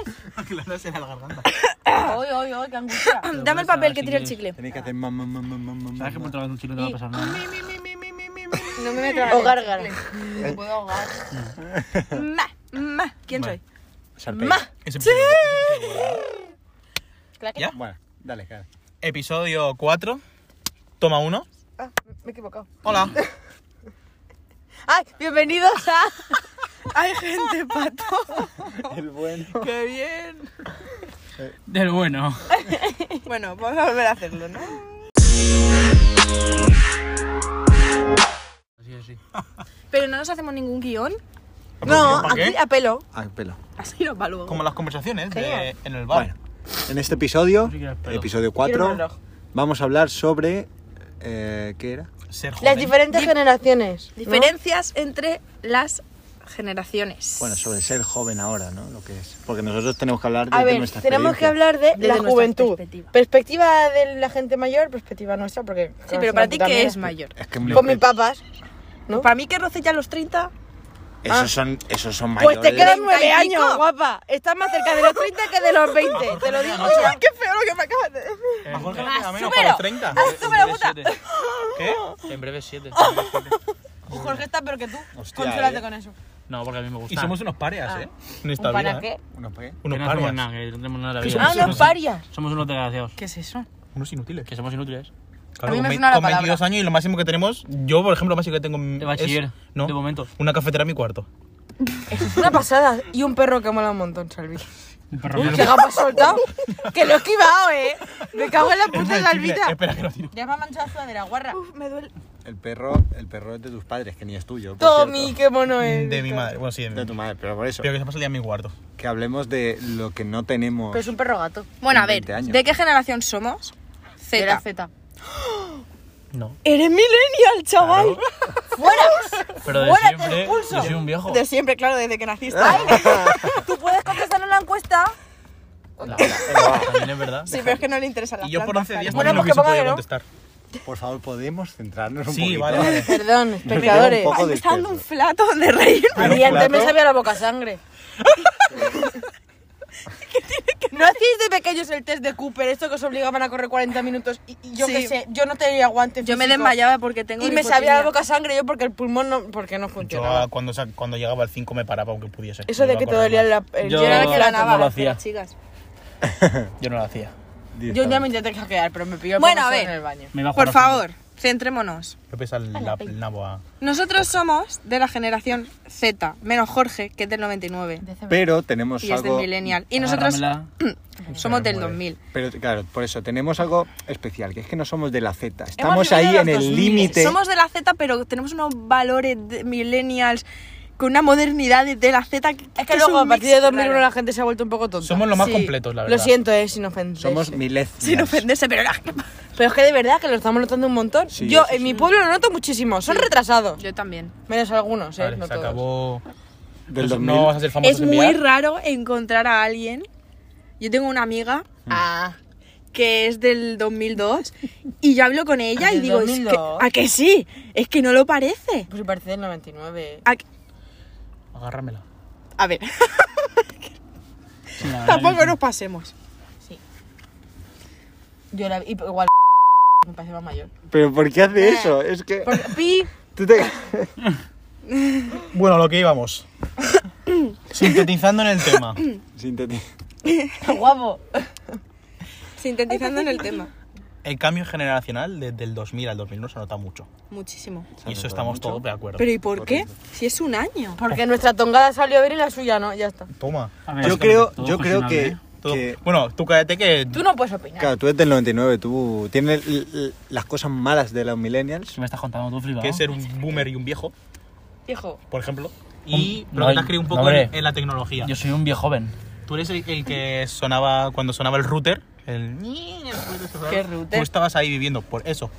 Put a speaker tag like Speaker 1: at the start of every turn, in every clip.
Speaker 1: Aclararse la garganta.
Speaker 2: Hoy, hoy, hoy, qué angustia.
Speaker 3: Dame el papel que tira el chicle.
Speaker 4: Tenéis que hacer más, más, más, más, más, más,
Speaker 1: ¿Sabes que
Speaker 4: más.
Speaker 1: por tragar un chicle no te va a pasar nada?
Speaker 3: No me voy a tragar.
Speaker 2: O gárgara. Me puedo ahogar.
Speaker 3: Ma, ma. ¿Quién soy?
Speaker 4: Sharpay.
Speaker 3: Ma.
Speaker 5: Es episodio-
Speaker 2: Claque.
Speaker 5: ¿Ya?
Speaker 4: Bueno, dale, cara.
Speaker 5: Episodio 4, toma 1.
Speaker 3: Ah, me he equivocado.
Speaker 5: Hola.
Speaker 3: ¡Ay! ¡Bienvenidos a. ¡Ay, gente, pato!
Speaker 2: Oh,
Speaker 4: El bueno.
Speaker 5: ¡Qué bien!
Speaker 1: Del bueno.
Speaker 3: Bueno, pues vamos a volver a hacerlo, ¿no?
Speaker 1: Así, así.
Speaker 3: Pero no nos hacemos ningún guión.
Speaker 5: guión
Speaker 3: No,
Speaker 5: para qué?
Speaker 3: aquí a pelo.
Speaker 4: Ah, pelo.
Speaker 3: Así nos va luego.
Speaker 5: Como las conversaciones de-
Speaker 3: Genial.
Speaker 5: en el bar.
Speaker 4: Bueno, en este episodio,
Speaker 1: Sí que es pelo.
Speaker 4: episodio
Speaker 2: Quiero
Speaker 4: 4,
Speaker 2: un reloj.
Speaker 4: vamos a hablar sobre. eh, ¿Qué era?
Speaker 5: Ser
Speaker 2: Las
Speaker 5: joven.
Speaker 2: diferentes generaciones. ¿no?
Speaker 3: Diferencias entre las generaciones.
Speaker 4: Bueno, sobre ser joven ahora, ¿no? Lo que es. Porque nosotros tenemos que hablar de,
Speaker 2: A
Speaker 4: de
Speaker 2: ver,
Speaker 4: nuestra
Speaker 2: tenemos que
Speaker 4: experiencia.
Speaker 2: hablar de
Speaker 3: Desde
Speaker 2: la
Speaker 3: nuestra
Speaker 2: juventud.
Speaker 3: perspectiva.
Speaker 2: Perspectiva. de la gente mayor, perspectiva nuestra, porque...
Speaker 3: Sí,
Speaker 2: claro,
Speaker 3: pero para
Speaker 2: una
Speaker 3: ti,
Speaker 2: puta
Speaker 3: ¿qué
Speaker 2: mierda.
Speaker 3: es mayor?
Speaker 4: Es que
Speaker 2: Con mis papas. ¿no?
Speaker 3: Para mí, que roce ya los 30.
Speaker 4: esos, son, esos son mayores.
Speaker 2: Pues te quedan
Speaker 3: de-
Speaker 2: nueve
Speaker 3: 35.
Speaker 2: años, guapa. Estás más cerca de los 30 que de los 20. Te lo digo ya.
Speaker 3: ¡Qué feo lo que me acabas de decir!
Speaker 5: A lo mejor que no queda menos
Speaker 3: ¡Asúmelo!
Speaker 5: para los 30.
Speaker 3: ¡Asúmelo, Ah, puta!
Speaker 5: ¿Qué?
Speaker 1: En breve 7.
Speaker 3: Jorge está peor que tú.
Speaker 4: Hostia,
Speaker 3: Consúlate
Speaker 4: eh.
Speaker 3: con eso.
Speaker 1: No, porque a mí me gusta.
Speaker 5: Y somos unos pareas,
Speaker 3: Ah.
Speaker 5: ¿eh? En esta
Speaker 2: ¿Un
Speaker 5: vida,
Speaker 2: para
Speaker 5: ¿eh?
Speaker 2: qué?
Speaker 4: ¿Unos qué?
Speaker 1: Que
Speaker 5: Unos
Speaker 1: no hacemos
Speaker 5: pareas.
Speaker 1: nada, que no tenemos nada de la
Speaker 5: Que
Speaker 1: vida.
Speaker 2: Ah,
Speaker 5: somos
Speaker 2: unos parias.
Speaker 1: Somos unos desgraciados.
Speaker 3: ¿Qué es eso?
Speaker 5: Unos inútiles.
Speaker 1: Que somos inútiles.
Speaker 5: Claro,
Speaker 3: A mí me
Speaker 5: con,
Speaker 3: suena la
Speaker 5: con
Speaker 3: palabra.
Speaker 5: 22 años y lo máximo que tenemos, yo por ejemplo, lo máximo que tengo
Speaker 1: De bachiller.
Speaker 5: es, ¿no?
Speaker 1: De momento.
Speaker 5: una cafetera en mi cuarto.
Speaker 2: Una pasada. Y un perro que mola un montón, Salvi.
Speaker 1: Un
Speaker 2: ¿Qué gafas soltado? que lo he esquivado, eh. Me cago en la puta Salvita.
Speaker 4: eh.
Speaker 5: Espera que no tiro.
Speaker 2: Ya me ha manchado la sudadera, guarra.
Speaker 3: Uf, me duele.
Speaker 4: El perro, el perro es de tus padres, que ni es tuyo. por
Speaker 2: Tommy,
Speaker 4: cierto.
Speaker 2: qué mono es.
Speaker 5: De mi madre. Bueno, sí, de mi
Speaker 4: De tu madre, pero por eso.
Speaker 5: Pero que se pasa el día en mi cuarto.
Speaker 4: Que hablemos de lo que no tenemos.
Speaker 2: Pero es un perro gato.
Speaker 3: Bueno, a ver,
Speaker 4: 20 años.
Speaker 3: ¿de qué generación somos?
Speaker 2: De la
Speaker 3: Z.
Speaker 2: Z.
Speaker 1: No.
Speaker 2: Eres millennial, chaval. ¡Fuera!
Speaker 1: Pero de
Speaker 2: Fuera, te
Speaker 1: siempre. Yo
Speaker 2: expulso.
Speaker 1: soy un viejo.
Speaker 3: De siempre, claro, desde que naciste.
Speaker 2: Tú puedes contestar en la encuesta.
Speaker 1: La- la- También es verdad.
Speaker 3: Sí, pero es que no le interesa la
Speaker 5: Y yo por 11 días
Speaker 2: Bueno,
Speaker 5: también lo
Speaker 2: pues que
Speaker 5: hubiese podido
Speaker 2: ponga
Speaker 5: contestar.
Speaker 4: Por favor, podemos centrarnos un
Speaker 5: Sí,
Speaker 4: poquito?
Speaker 5: vale, vale.
Speaker 2: Perdón,
Speaker 4: espectadores.
Speaker 2: espectadores.
Speaker 4: poco
Speaker 3: Ay, me está dando un
Speaker 4: disperso.
Speaker 3: flato de reír.
Speaker 2: Y antes me
Speaker 4: plato.
Speaker 2: sabía la boca sangre. ¿No hacéis de pequeños el test de Cooper? Esto que os obligaban a correr 40 minutos y, y yo
Speaker 3: Sí.
Speaker 2: qué sé, yo no tenía aguante
Speaker 3: Yo me
Speaker 2: físico.
Speaker 3: desmayaba porque tengo
Speaker 2: Y me sabía la
Speaker 3: hipotimia.
Speaker 2: boca sangre yo porque el pulmón no, porque no
Speaker 5: Yo
Speaker 2: funcionaba.
Speaker 5: ah, cuando, sa- cuando llegaba al 5 me paraba aunque pudiese.
Speaker 2: Eso de
Speaker 5: Iba
Speaker 2: que
Speaker 5: a
Speaker 2: te
Speaker 5: correr
Speaker 2: dolía
Speaker 5: más.
Speaker 2: la... el-
Speaker 1: Yo-
Speaker 2: yo era
Speaker 3: Era
Speaker 2: la que
Speaker 3: que
Speaker 1: No,
Speaker 2: la
Speaker 3: la
Speaker 1: no
Speaker 2: nava.
Speaker 1: lo
Speaker 3: nava,
Speaker 1: hacía.
Speaker 3: las chicas.
Speaker 1: Yo no lo hacía.
Speaker 4: Diez
Speaker 2: Yo un día
Speaker 4: años.
Speaker 2: me intenté hackear, pero me pilló el
Speaker 3: Bueno,
Speaker 2: profesor
Speaker 3: a ver.
Speaker 2: en el baño.
Speaker 1: Me iba a jugar
Speaker 3: Por
Speaker 1: a-
Speaker 3: favor, centrémonos.
Speaker 5: Yo pesa el, la- el nabo a...
Speaker 3: Nosotros somos de la generación Z, menos Jorge, que es del 99
Speaker 4: Pero tenemos
Speaker 3: y es del
Speaker 4: Pues algo. Pues
Speaker 3: millennial. Y nosotros
Speaker 1: Agárramela.
Speaker 3: somos del 2000.
Speaker 4: Pero claro, por eso tenemos algo especial, que es que no somos de la Z.
Speaker 2: vivido
Speaker 4: Estamos ahí
Speaker 2: los
Speaker 4: en el
Speaker 2: 2000.
Speaker 4: límite.
Speaker 3: Somos de la Z, pero tenemos unos valores de millennials con una modernidad de- de la Z.
Speaker 2: Es que luego a
Speaker 3: un
Speaker 2: partir
Speaker 3: mix
Speaker 2: de 2001
Speaker 3: raro.
Speaker 2: la gente se ha vuelto un poco tonta.
Speaker 5: Somos los más
Speaker 3: Sí.
Speaker 5: completos, la verdad.
Speaker 2: Lo siento, eh, sin ofender.
Speaker 4: Somos millennials.
Speaker 3: Sin ofenderse, pero la...
Speaker 2: Pero es que de verdad que lo estamos notando un montón.
Speaker 4: Sí,
Speaker 2: yo
Speaker 4: sí,
Speaker 2: en mi pueblo lo noto muchísimo. Son retrasados.
Speaker 3: Yo también.
Speaker 2: Menos algunos, eh,
Speaker 5: Vale,
Speaker 2: no
Speaker 5: se
Speaker 2: todos.
Speaker 5: acabó...
Speaker 4: Del
Speaker 5: Entonces,
Speaker 4: 2000.
Speaker 5: Pues no vas a ser famoso
Speaker 3: Es muy raro encontrar a alguien. Yo tengo una amiga
Speaker 2: Ah.
Speaker 3: que es del 2002 y yo hablo con ella y
Speaker 2: ¿Del
Speaker 3: digo, es que-
Speaker 2: 2002?
Speaker 3: ¿a que sí? Es que no lo parece.
Speaker 2: Pues si parece del 99.
Speaker 3: A, que-
Speaker 5: Agárramela.
Speaker 3: a ver,
Speaker 1: Sí, la verdad
Speaker 3: tampoco
Speaker 1: que-
Speaker 3: nos pasemos.
Speaker 2: Yo la y- igual me parece más mayor.
Speaker 4: Pero ¿por qué hace eso? Es que.
Speaker 2: Porque, pi,
Speaker 4: Tú te...
Speaker 5: Bueno, a lo que íbamos. Sintetizando en el tema.
Speaker 4: Sintetiza.
Speaker 2: guapo.
Speaker 3: Sintetizando en el tema.
Speaker 5: El cambio generacional desde el 2000 al 2001 se nota mucho.
Speaker 3: Muchísimo.
Speaker 5: Y eso estamos todos de acuerdo.
Speaker 3: Pero ¿y por qué? Si es un año.
Speaker 2: Porque nuestra tongada salió bien y la suya no, ya está.
Speaker 5: Toma.
Speaker 1: A ver,
Speaker 4: Yo
Speaker 1: básicamente
Speaker 4: creo,
Speaker 1: todo
Speaker 4: yo creo
Speaker 1: cuestionable,
Speaker 4: que,
Speaker 1: ¿eh?
Speaker 5: Todo-
Speaker 4: que-
Speaker 5: Bueno, tú cállate que...
Speaker 2: Tú no puedes opinar.
Speaker 4: Claro, tú eres del 99, tú tienes l- l- las cosas malas de los millennials.
Speaker 1: Si me estás contando tú, flipado.
Speaker 5: Que es ser un boomer y un viejo,
Speaker 2: Viejo.
Speaker 5: por ejemplo. Y
Speaker 1: Un-
Speaker 5: lo
Speaker 1: no,
Speaker 5: que te has creído un
Speaker 1: no,
Speaker 5: poco
Speaker 1: hombre.
Speaker 5: en, en la tecnología.
Speaker 1: Yo soy un viejo joven.
Speaker 5: Tú eres el, el que sonaba cuando sonaba el router. El... ¿Qué
Speaker 2: router?
Speaker 5: Tú estabas ahí viviendo por eso.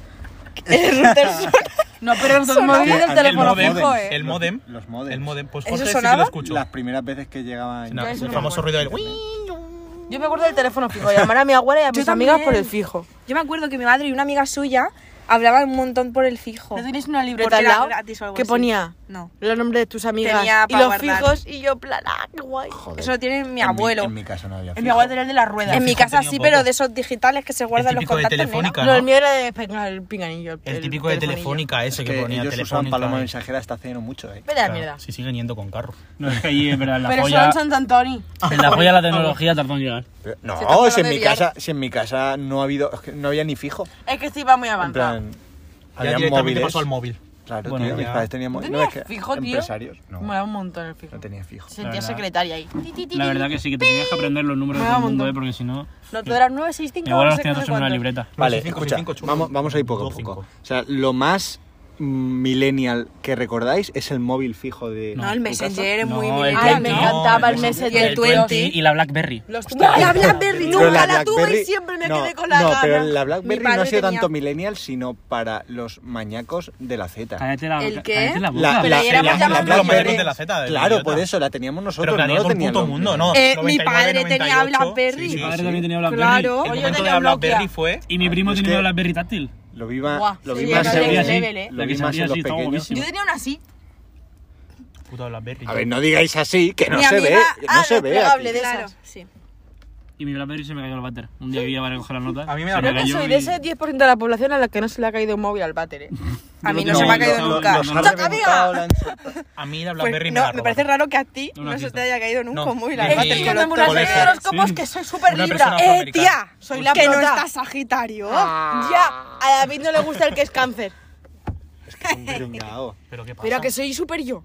Speaker 2: No, pero nosotros hemos
Speaker 4: Que
Speaker 2: vivido el
Speaker 4: aquel
Speaker 2: teléfono
Speaker 4: modem-
Speaker 2: fijo, eh.
Speaker 5: El modem.
Speaker 4: Los modems.
Speaker 5: El modem. Pues
Speaker 3: ¿Eso
Speaker 5: Jorge sí que
Speaker 3: sonaba?
Speaker 5: lo escucho.
Speaker 4: Las primeras veces que llegaban.
Speaker 5: Sí, nada,
Speaker 2: Yo
Speaker 5: el
Speaker 2: eso no me
Speaker 5: famoso ruido del...
Speaker 2: Yo me acuerdo del teléfono fijo. Llamar a mi abuela y a
Speaker 3: Yo
Speaker 2: mis
Speaker 3: también.
Speaker 2: amigas por el fijo.
Speaker 3: Yo me acuerdo que mi madre y una amiga suya Hablaban un montón por el fijo.
Speaker 2: ¿No tenéis una libreta
Speaker 3: Porque
Speaker 2: al
Speaker 3: era
Speaker 2: lado
Speaker 3: gratis o algo
Speaker 2: que
Speaker 3: así.
Speaker 2: ponía
Speaker 3: No.
Speaker 2: los nombres de tus amigas
Speaker 3: Tenía
Speaker 2: y
Speaker 3: pa'
Speaker 2: los
Speaker 3: guardar.
Speaker 2: fijos y yo, en plan, ah, qué guay.
Speaker 4: Joder.
Speaker 3: Eso lo tiene mi
Speaker 4: En
Speaker 3: abuelo.
Speaker 4: en mi casa no había.
Speaker 2: En mi
Speaker 4: fijo.
Speaker 2: abuelo tenía el de la rueda.
Speaker 3: En mi
Speaker 5: fijo
Speaker 3: casa
Speaker 5: tenía un
Speaker 3: sí,
Speaker 5: poco.
Speaker 3: pero de esos digitales que se guardan los
Speaker 5: típico de
Speaker 3: contactos. ¿no?
Speaker 5: Telefónica,
Speaker 2: No,
Speaker 5: ¿no?
Speaker 2: el mío era de pe- el pinganillo.
Speaker 5: El típico de telefónica ese
Speaker 4: Es
Speaker 5: que,
Speaker 4: que
Speaker 5: ponía
Speaker 4: ellos
Speaker 5: telefónica.
Speaker 4: usaban paloma
Speaker 5: eh.
Speaker 4: mensajera hasta hace no mucho, ¿eh?
Speaker 2: Espera,
Speaker 5: Claro,
Speaker 2: Ah, mierda.
Speaker 5: Sí, siguen yendo con carros.
Speaker 1: No, es que ahí, en verdad, en la
Speaker 2: Pero
Speaker 1: joya.
Speaker 2: solo en Sant Antoni.
Speaker 1: En la joya la tecnología tardó en llegar.
Speaker 4: Pero-
Speaker 2: Se trata
Speaker 4: No,
Speaker 2: de
Speaker 4: si en mi
Speaker 2: liar.
Speaker 4: casa, si en mi casa no ha habido, es que no había ni fijo.
Speaker 2: Es que sí iba muy
Speaker 4: En
Speaker 2: avanzado.
Speaker 4: plan,
Speaker 5: Ya
Speaker 4: había
Speaker 5: directamente
Speaker 4: móviles.
Speaker 5: pasó al móvil.
Speaker 4: Claro,
Speaker 1: Bueno,
Speaker 4: tío, mis
Speaker 5: ya.
Speaker 4: padres tenían móviles.
Speaker 2: ¿Tenías fijo, tío?
Speaker 4: empresarios.
Speaker 2: Me
Speaker 4: No,
Speaker 2: molaba un montón el fijo.
Speaker 4: no tenía fijo.
Speaker 2: Sentía
Speaker 1: verdad.
Speaker 2: secretaria ahí.
Speaker 1: La verdad que sí, que te tenías que aprender los números de
Speaker 2: Me
Speaker 1: todo
Speaker 2: da
Speaker 1: el
Speaker 2: un
Speaker 1: mundo,
Speaker 2: montón.
Speaker 1: ¿eh? porque si no...
Speaker 2: No, tú eras 9, 6, 5,
Speaker 1: Igual los
Speaker 2: no sé
Speaker 1: tenías
Speaker 2: qué,
Speaker 1: todos en
Speaker 2: no sé
Speaker 1: una
Speaker 2: cuánto.
Speaker 1: libreta.
Speaker 4: Vale,
Speaker 5: 65,
Speaker 4: escucha,
Speaker 5: 65, chulo.
Speaker 4: vamos, vamos a ir poco a
Speaker 5: Dos,
Speaker 4: poco.
Speaker 5: cinco.
Speaker 4: O sea, lo más mm, millennial que recordáis es el móvil fijo de.
Speaker 3: No, el
Speaker 4: tu casa.
Speaker 3: Messenger es
Speaker 1: No,
Speaker 3: muy
Speaker 1: el
Speaker 2: Ay,
Speaker 3: millennial.
Speaker 2: me
Speaker 1: No,
Speaker 2: encantaba el
Speaker 4: no,
Speaker 2: Messenger.
Speaker 3: y el
Speaker 2: tío.
Speaker 3: 20.
Speaker 1: y la Blackberry.
Speaker 2: Los
Speaker 3: No, la
Speaker 2: Blackberry.
Speaker 3: Blackberry
Speaker 4: Pero
Speaker 3: nunca la, tuve
Speaker 4: BlackBerry-
Speaker 3: y siempre me
Speaker 4: no,
Speaker 3: quedé con la
Speaker 4: No,
Speaker 3: gana.
Speaker 4: pero la
Speaker 3: Mi
Speaker 4: Blackberry
Speaker 3: padre
Speaker 4: no ha sido
Speaker 3: tenía-
Speaker 4: tanto millennial, sino para los mañacos de la Z.
Speaker 1: Cállate la,
Speaker 3: ¿El
Speaker 1: boca-
Speaker 3: qué?
Speaker 1: cállate la boca.
Speaker 3: Pero ahí éramos ya más
Speaker 4: Blackberry-
Speaker 5: mayores de la Z, de
Speaker 4: Claro,
Speaker 5: idiota.
Speaker 4: por eso la teníamos nosotros.
Speaker 5: Pero que
Speaker 4: no
Speaker 5: haría
Speaker 4: lo
Speaker 5: todo el
Speaker 4: tenía
Speaker 5: puto
Speaker 4: los
Speaker 5: mundo,
Speaker 4: millennials.
Speaker 5: ¿no?
Speaker 3: Eh,
Speaker 5: 99,
Speaker 3: mi padre tenía
Speaker 5: 98,
Speaker 3: Blackberry.
Speaker 1: Mi
Speaker 4: Sí,
Speaker 1: padre
Speaker 4: sí.
Speaker 1: también tenía Blackberry.
Speaker 3: Claro.
Speaker 5: El
Speaker 2: Yo
Speaker 5: momento
Speaker 2: tenía
Speaker 5: de
Speaker 2: un
Speaker 5: Blackberry
Speaker 2: Nokia.
Speaker 5: fue...
Speaker 1: Y mi primo
Speaker 4: Es
Speaker 1: tenía
Speaker 4: que-
Speaker 1: una Blackberry táctil.
Speaker 4: Lo vi más,
Speaker 2: Buah,
Speaker 4: lo
Speaker 2: sí,
Speaker 4: vi
Speaker 2: la
Speaker 4: más
Speaker 2: que
Speaker 4: en,
Speaker 2: abría
Speaker 4: los-
Speaker 2: el level, ¿eh?
Speaker 4: lo
Speaker 1: La que
Speaker 4: vi
Speaker 1: se
Speaker 4: más en
Speaker 1: abría
Speaker 4: los
Speaker 1: así, estaba
Speaker 4: pequeños.
Speaker 1: buenísimo.
Speaker 2: Yo tenía una así.
Speaker 5: Puta Blackberry.
Speaker 4: A ver, no digáis así, que no
Speaker 3: Mi
Speaker 4: se
Speaker 3: amiga-
Speaker 4: ve. No
Speaker 3: ah,
Speaker 4: se ve.
Speaker 3: desplegable
Speaker 4: aquí.
Speaker 3: de
Speaker 2: Claro.
Speaker 3: esas. Sí.
Speaker 1: Y mi Blackberry se me cayó al váter. Un día que iba a recoger las notas.
Speaker 5: A mí me
Speaker 1: se
Speaker 5: da
Speaker 1: me
Speaker 5: pena.
Speaker 2: Yo
Speaker 1: cayó
Speaker 2: soy
Speaker 1: y-
Speaker 2: de ese 10% de la población a la que no se le ha caído un móvil al váter, ¿eh?
Speaker 3: A mí no
Speaker 1: No,
Speaker 3: se me ha
Speaker 1: no,
Speaker 3: caído
Speaker 1: no,
Speaker 3: nunca.
Speaker 1: no, no, no.
Speaker 3: ¡Chaca, amiga!
Speaker 5: A mí la
Speaker 3: Pues,
Speaker 5: Blackberry me
Speaker 3: no,
Speaker 5: la
Speaker 3: me
Speaker 5: robaron.
Speaker 3: parece raro que a ti
Speaker 1: Una
Speaker 3: no se
Speaker 1: fiesta.
Speaker 3: te haya caído nunca
Speaker 5: No,
Speaker 3: un
Speaker 5: es
Speaker 3: móvil. al
Speaker 5: que
Speaker 3: váter
Speaker 2: Es que
Speaker 3: con
Speaker 2: me
Speaker 3: los
Speaker 2: una serie
Speaker 3: colegas.
Speaker 2: de horóscopos
Speaker 1: Sí.
Speaker 2: que soy súper
Speaker 5: Una
Speaker 2: libra.
Speaker 5: persona
Speaker 3: ¡Eh,
Speaker 5: afroamericana.
Speaker 3: tía!
Speaker 2: Soy la
Speaker 3: que no
Speaker 2: prota.
Speaker 3: está sagitario.
Speaker 2: Oh,
Speaker 3: Ah.
Speaker 2: Ya, a David no le gusta el que es cáncer.
Speaker 4: Es que es un pringao.
Speaker 5: ¿Pero qué pasa?
Speaker 2: Mira, que soy súper yo.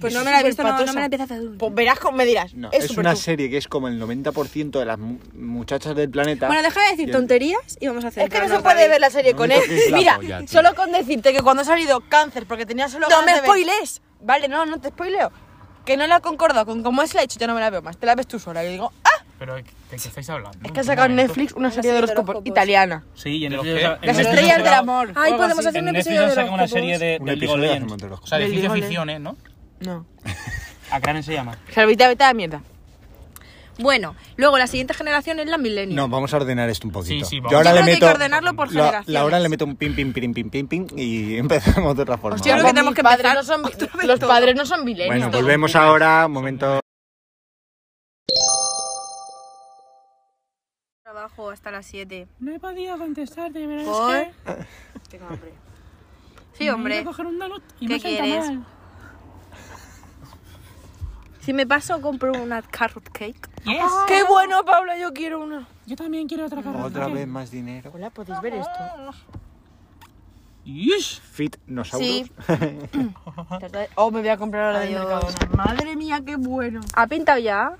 Speaker 3: Pues
Speaker 2: Es
Speaker 3: no me la he
Speaker 2: súper
Speaker 3: visto, no, no
Speaker 2: patosa.
Speaker 3: me la empiezas a hacer.
Speaker 2: Pues verás cómo me dirás.
Speaker 4: No,
Speaker 2: es
Speaker 4: es
Speaker 2: súper
Speaker 4: una
Speaker 2: tú.
Speaker 4: serie que es como el 90% de las mu- muchachas del planeta.
Speaker 3: Bueno, deja de
Speaker 4: Y
Speaker 3: decir
Speaker 4: el-
Speaker 3: tonterías y vamos a hacer.
Speaker 2: Es que no se puede ver la serie
Speaker 4: No
Speaker 2: con
Speaker 4: me
Speaker 2: él.
Speaker 4: toques la
Speaker 2: Mira,
Speaker 4: polla, tío.
Speaker 2: solo con decirte que cuando ha salido cáncer, porque tenía solo
Speaker 3: ¡No me
Speaker 2: ganas de ver-
Speaker 3: spoiles!
Speaker 2: Vale, no, no te spoileo. Que no la concordo con cómo es la he hecho, ya no me la veo más. Te la ves tú sola. Y digo, ¡ah!
Speaker 5: ¿Pero de qué estáis hablando?
Speaker 2: Es que ha sacado en Netflix una
Speaker 3: serie
Speaker 2: serie de
Speaker 3: de
Speaker 2: horóscopos
Speaker 3: horóscopos.
Speaker 2: italiana.
Speaker 1: Sí, y en
Speaker 5: ¿Pero
Speaker 1: Netflix
Speaker 5: qué?
Speaker 1: han sacado-
Speaker 2: Las
Speaker 1: en Netflix
Speaker 2: estrellas
Speaker 1: han
Speaker 2: del
Speaker 1: sacado-
Speaker 2: amor.
Speaker 3: Ay,
Speaker 2: o algo
Speaker 3: podemos
Speaker 2: así.
Speaker 3: hacer
Speaker 1: En
Speaker 3: un
Speaker 1: Netflix
Speaker 3: episodio de
Speaker 1: han sacado una
Speaker 3: horóscopos.
Speaker 1: serie de
Speaker 4: Un
Speaker 1: del
Speaker 4: episodio de
Speaker 1: Legolas.
Speaker 4: Hace Monte de los
Speaker 5: O sea, de
Speaker 2: Del
Speaker 5: ciencia
Speaker 2: Legolas.
Speaker 5: ficción, ¿eh? ¿no?
Speaker 2: No.
Speaker 1: A Cranen se llama.
Speaker 2: Salvita, vete a la mierda.
Speaker 3: Bueno, luego la siguiente generación es la millennial.
Speaker 4: No, vamos a ordenar esto un poquito.
Speaker 5: Sí, sí, vamos.
Speaker 4: Yo ahora
Speaker 3: Yo
Speaker 4: le
Speaker 3: creo que hay que
Speaker 4: meto.
Speaker 3: ordenarlo por
Speaker 4: la-
Speaker 3: generaciones.
Speaker 4: la ahora le meto un pim, pim, pim, pim, pim, pim y empezamos de otra forma.
Speaker 3: Hostia, Yo creo
Speaker 4: ¿vale?
Speaker 3: que tenemos
Speaker 2: Mis padres
Speaker 3: empezar
Speaker 2: no son-
Speaker 3: otra vez
Speaker 2: Los
Speaker 3: todo.
Speaker 2: padres no son milenios.
Speaker 4: Bueno, volvemos ahora, momento.
Speaker 3: Trabajo hasta las 7.
Speaker 1: No he podido contestarte, pero
Speaker 3: ¿Por? Tengo hambre. Sí, hombre.
Speaker 1: coger un donut y
Speaker 3: ¿Qué me sienta quieres? mal. Si me paso, compro una carrot cake.
Speaker 2: Qué bueno, Paula, yo quiero una.
Speaker 1: Yo también quiero otra carrot
Speaker 4: Otra vez más dinero.
Speaker 2: Hola, ¿podéis ver esto?
Speaker 4: Fit nosauros.
Speaker 3: Sí.
Speaker 2: Oh, me voy a comprar ahora de
Speaker 3: Adiós.
Speaker 2: Mercadona. Madre mía, qué bueno.
Speaker 3: ¿Ha pintado ya?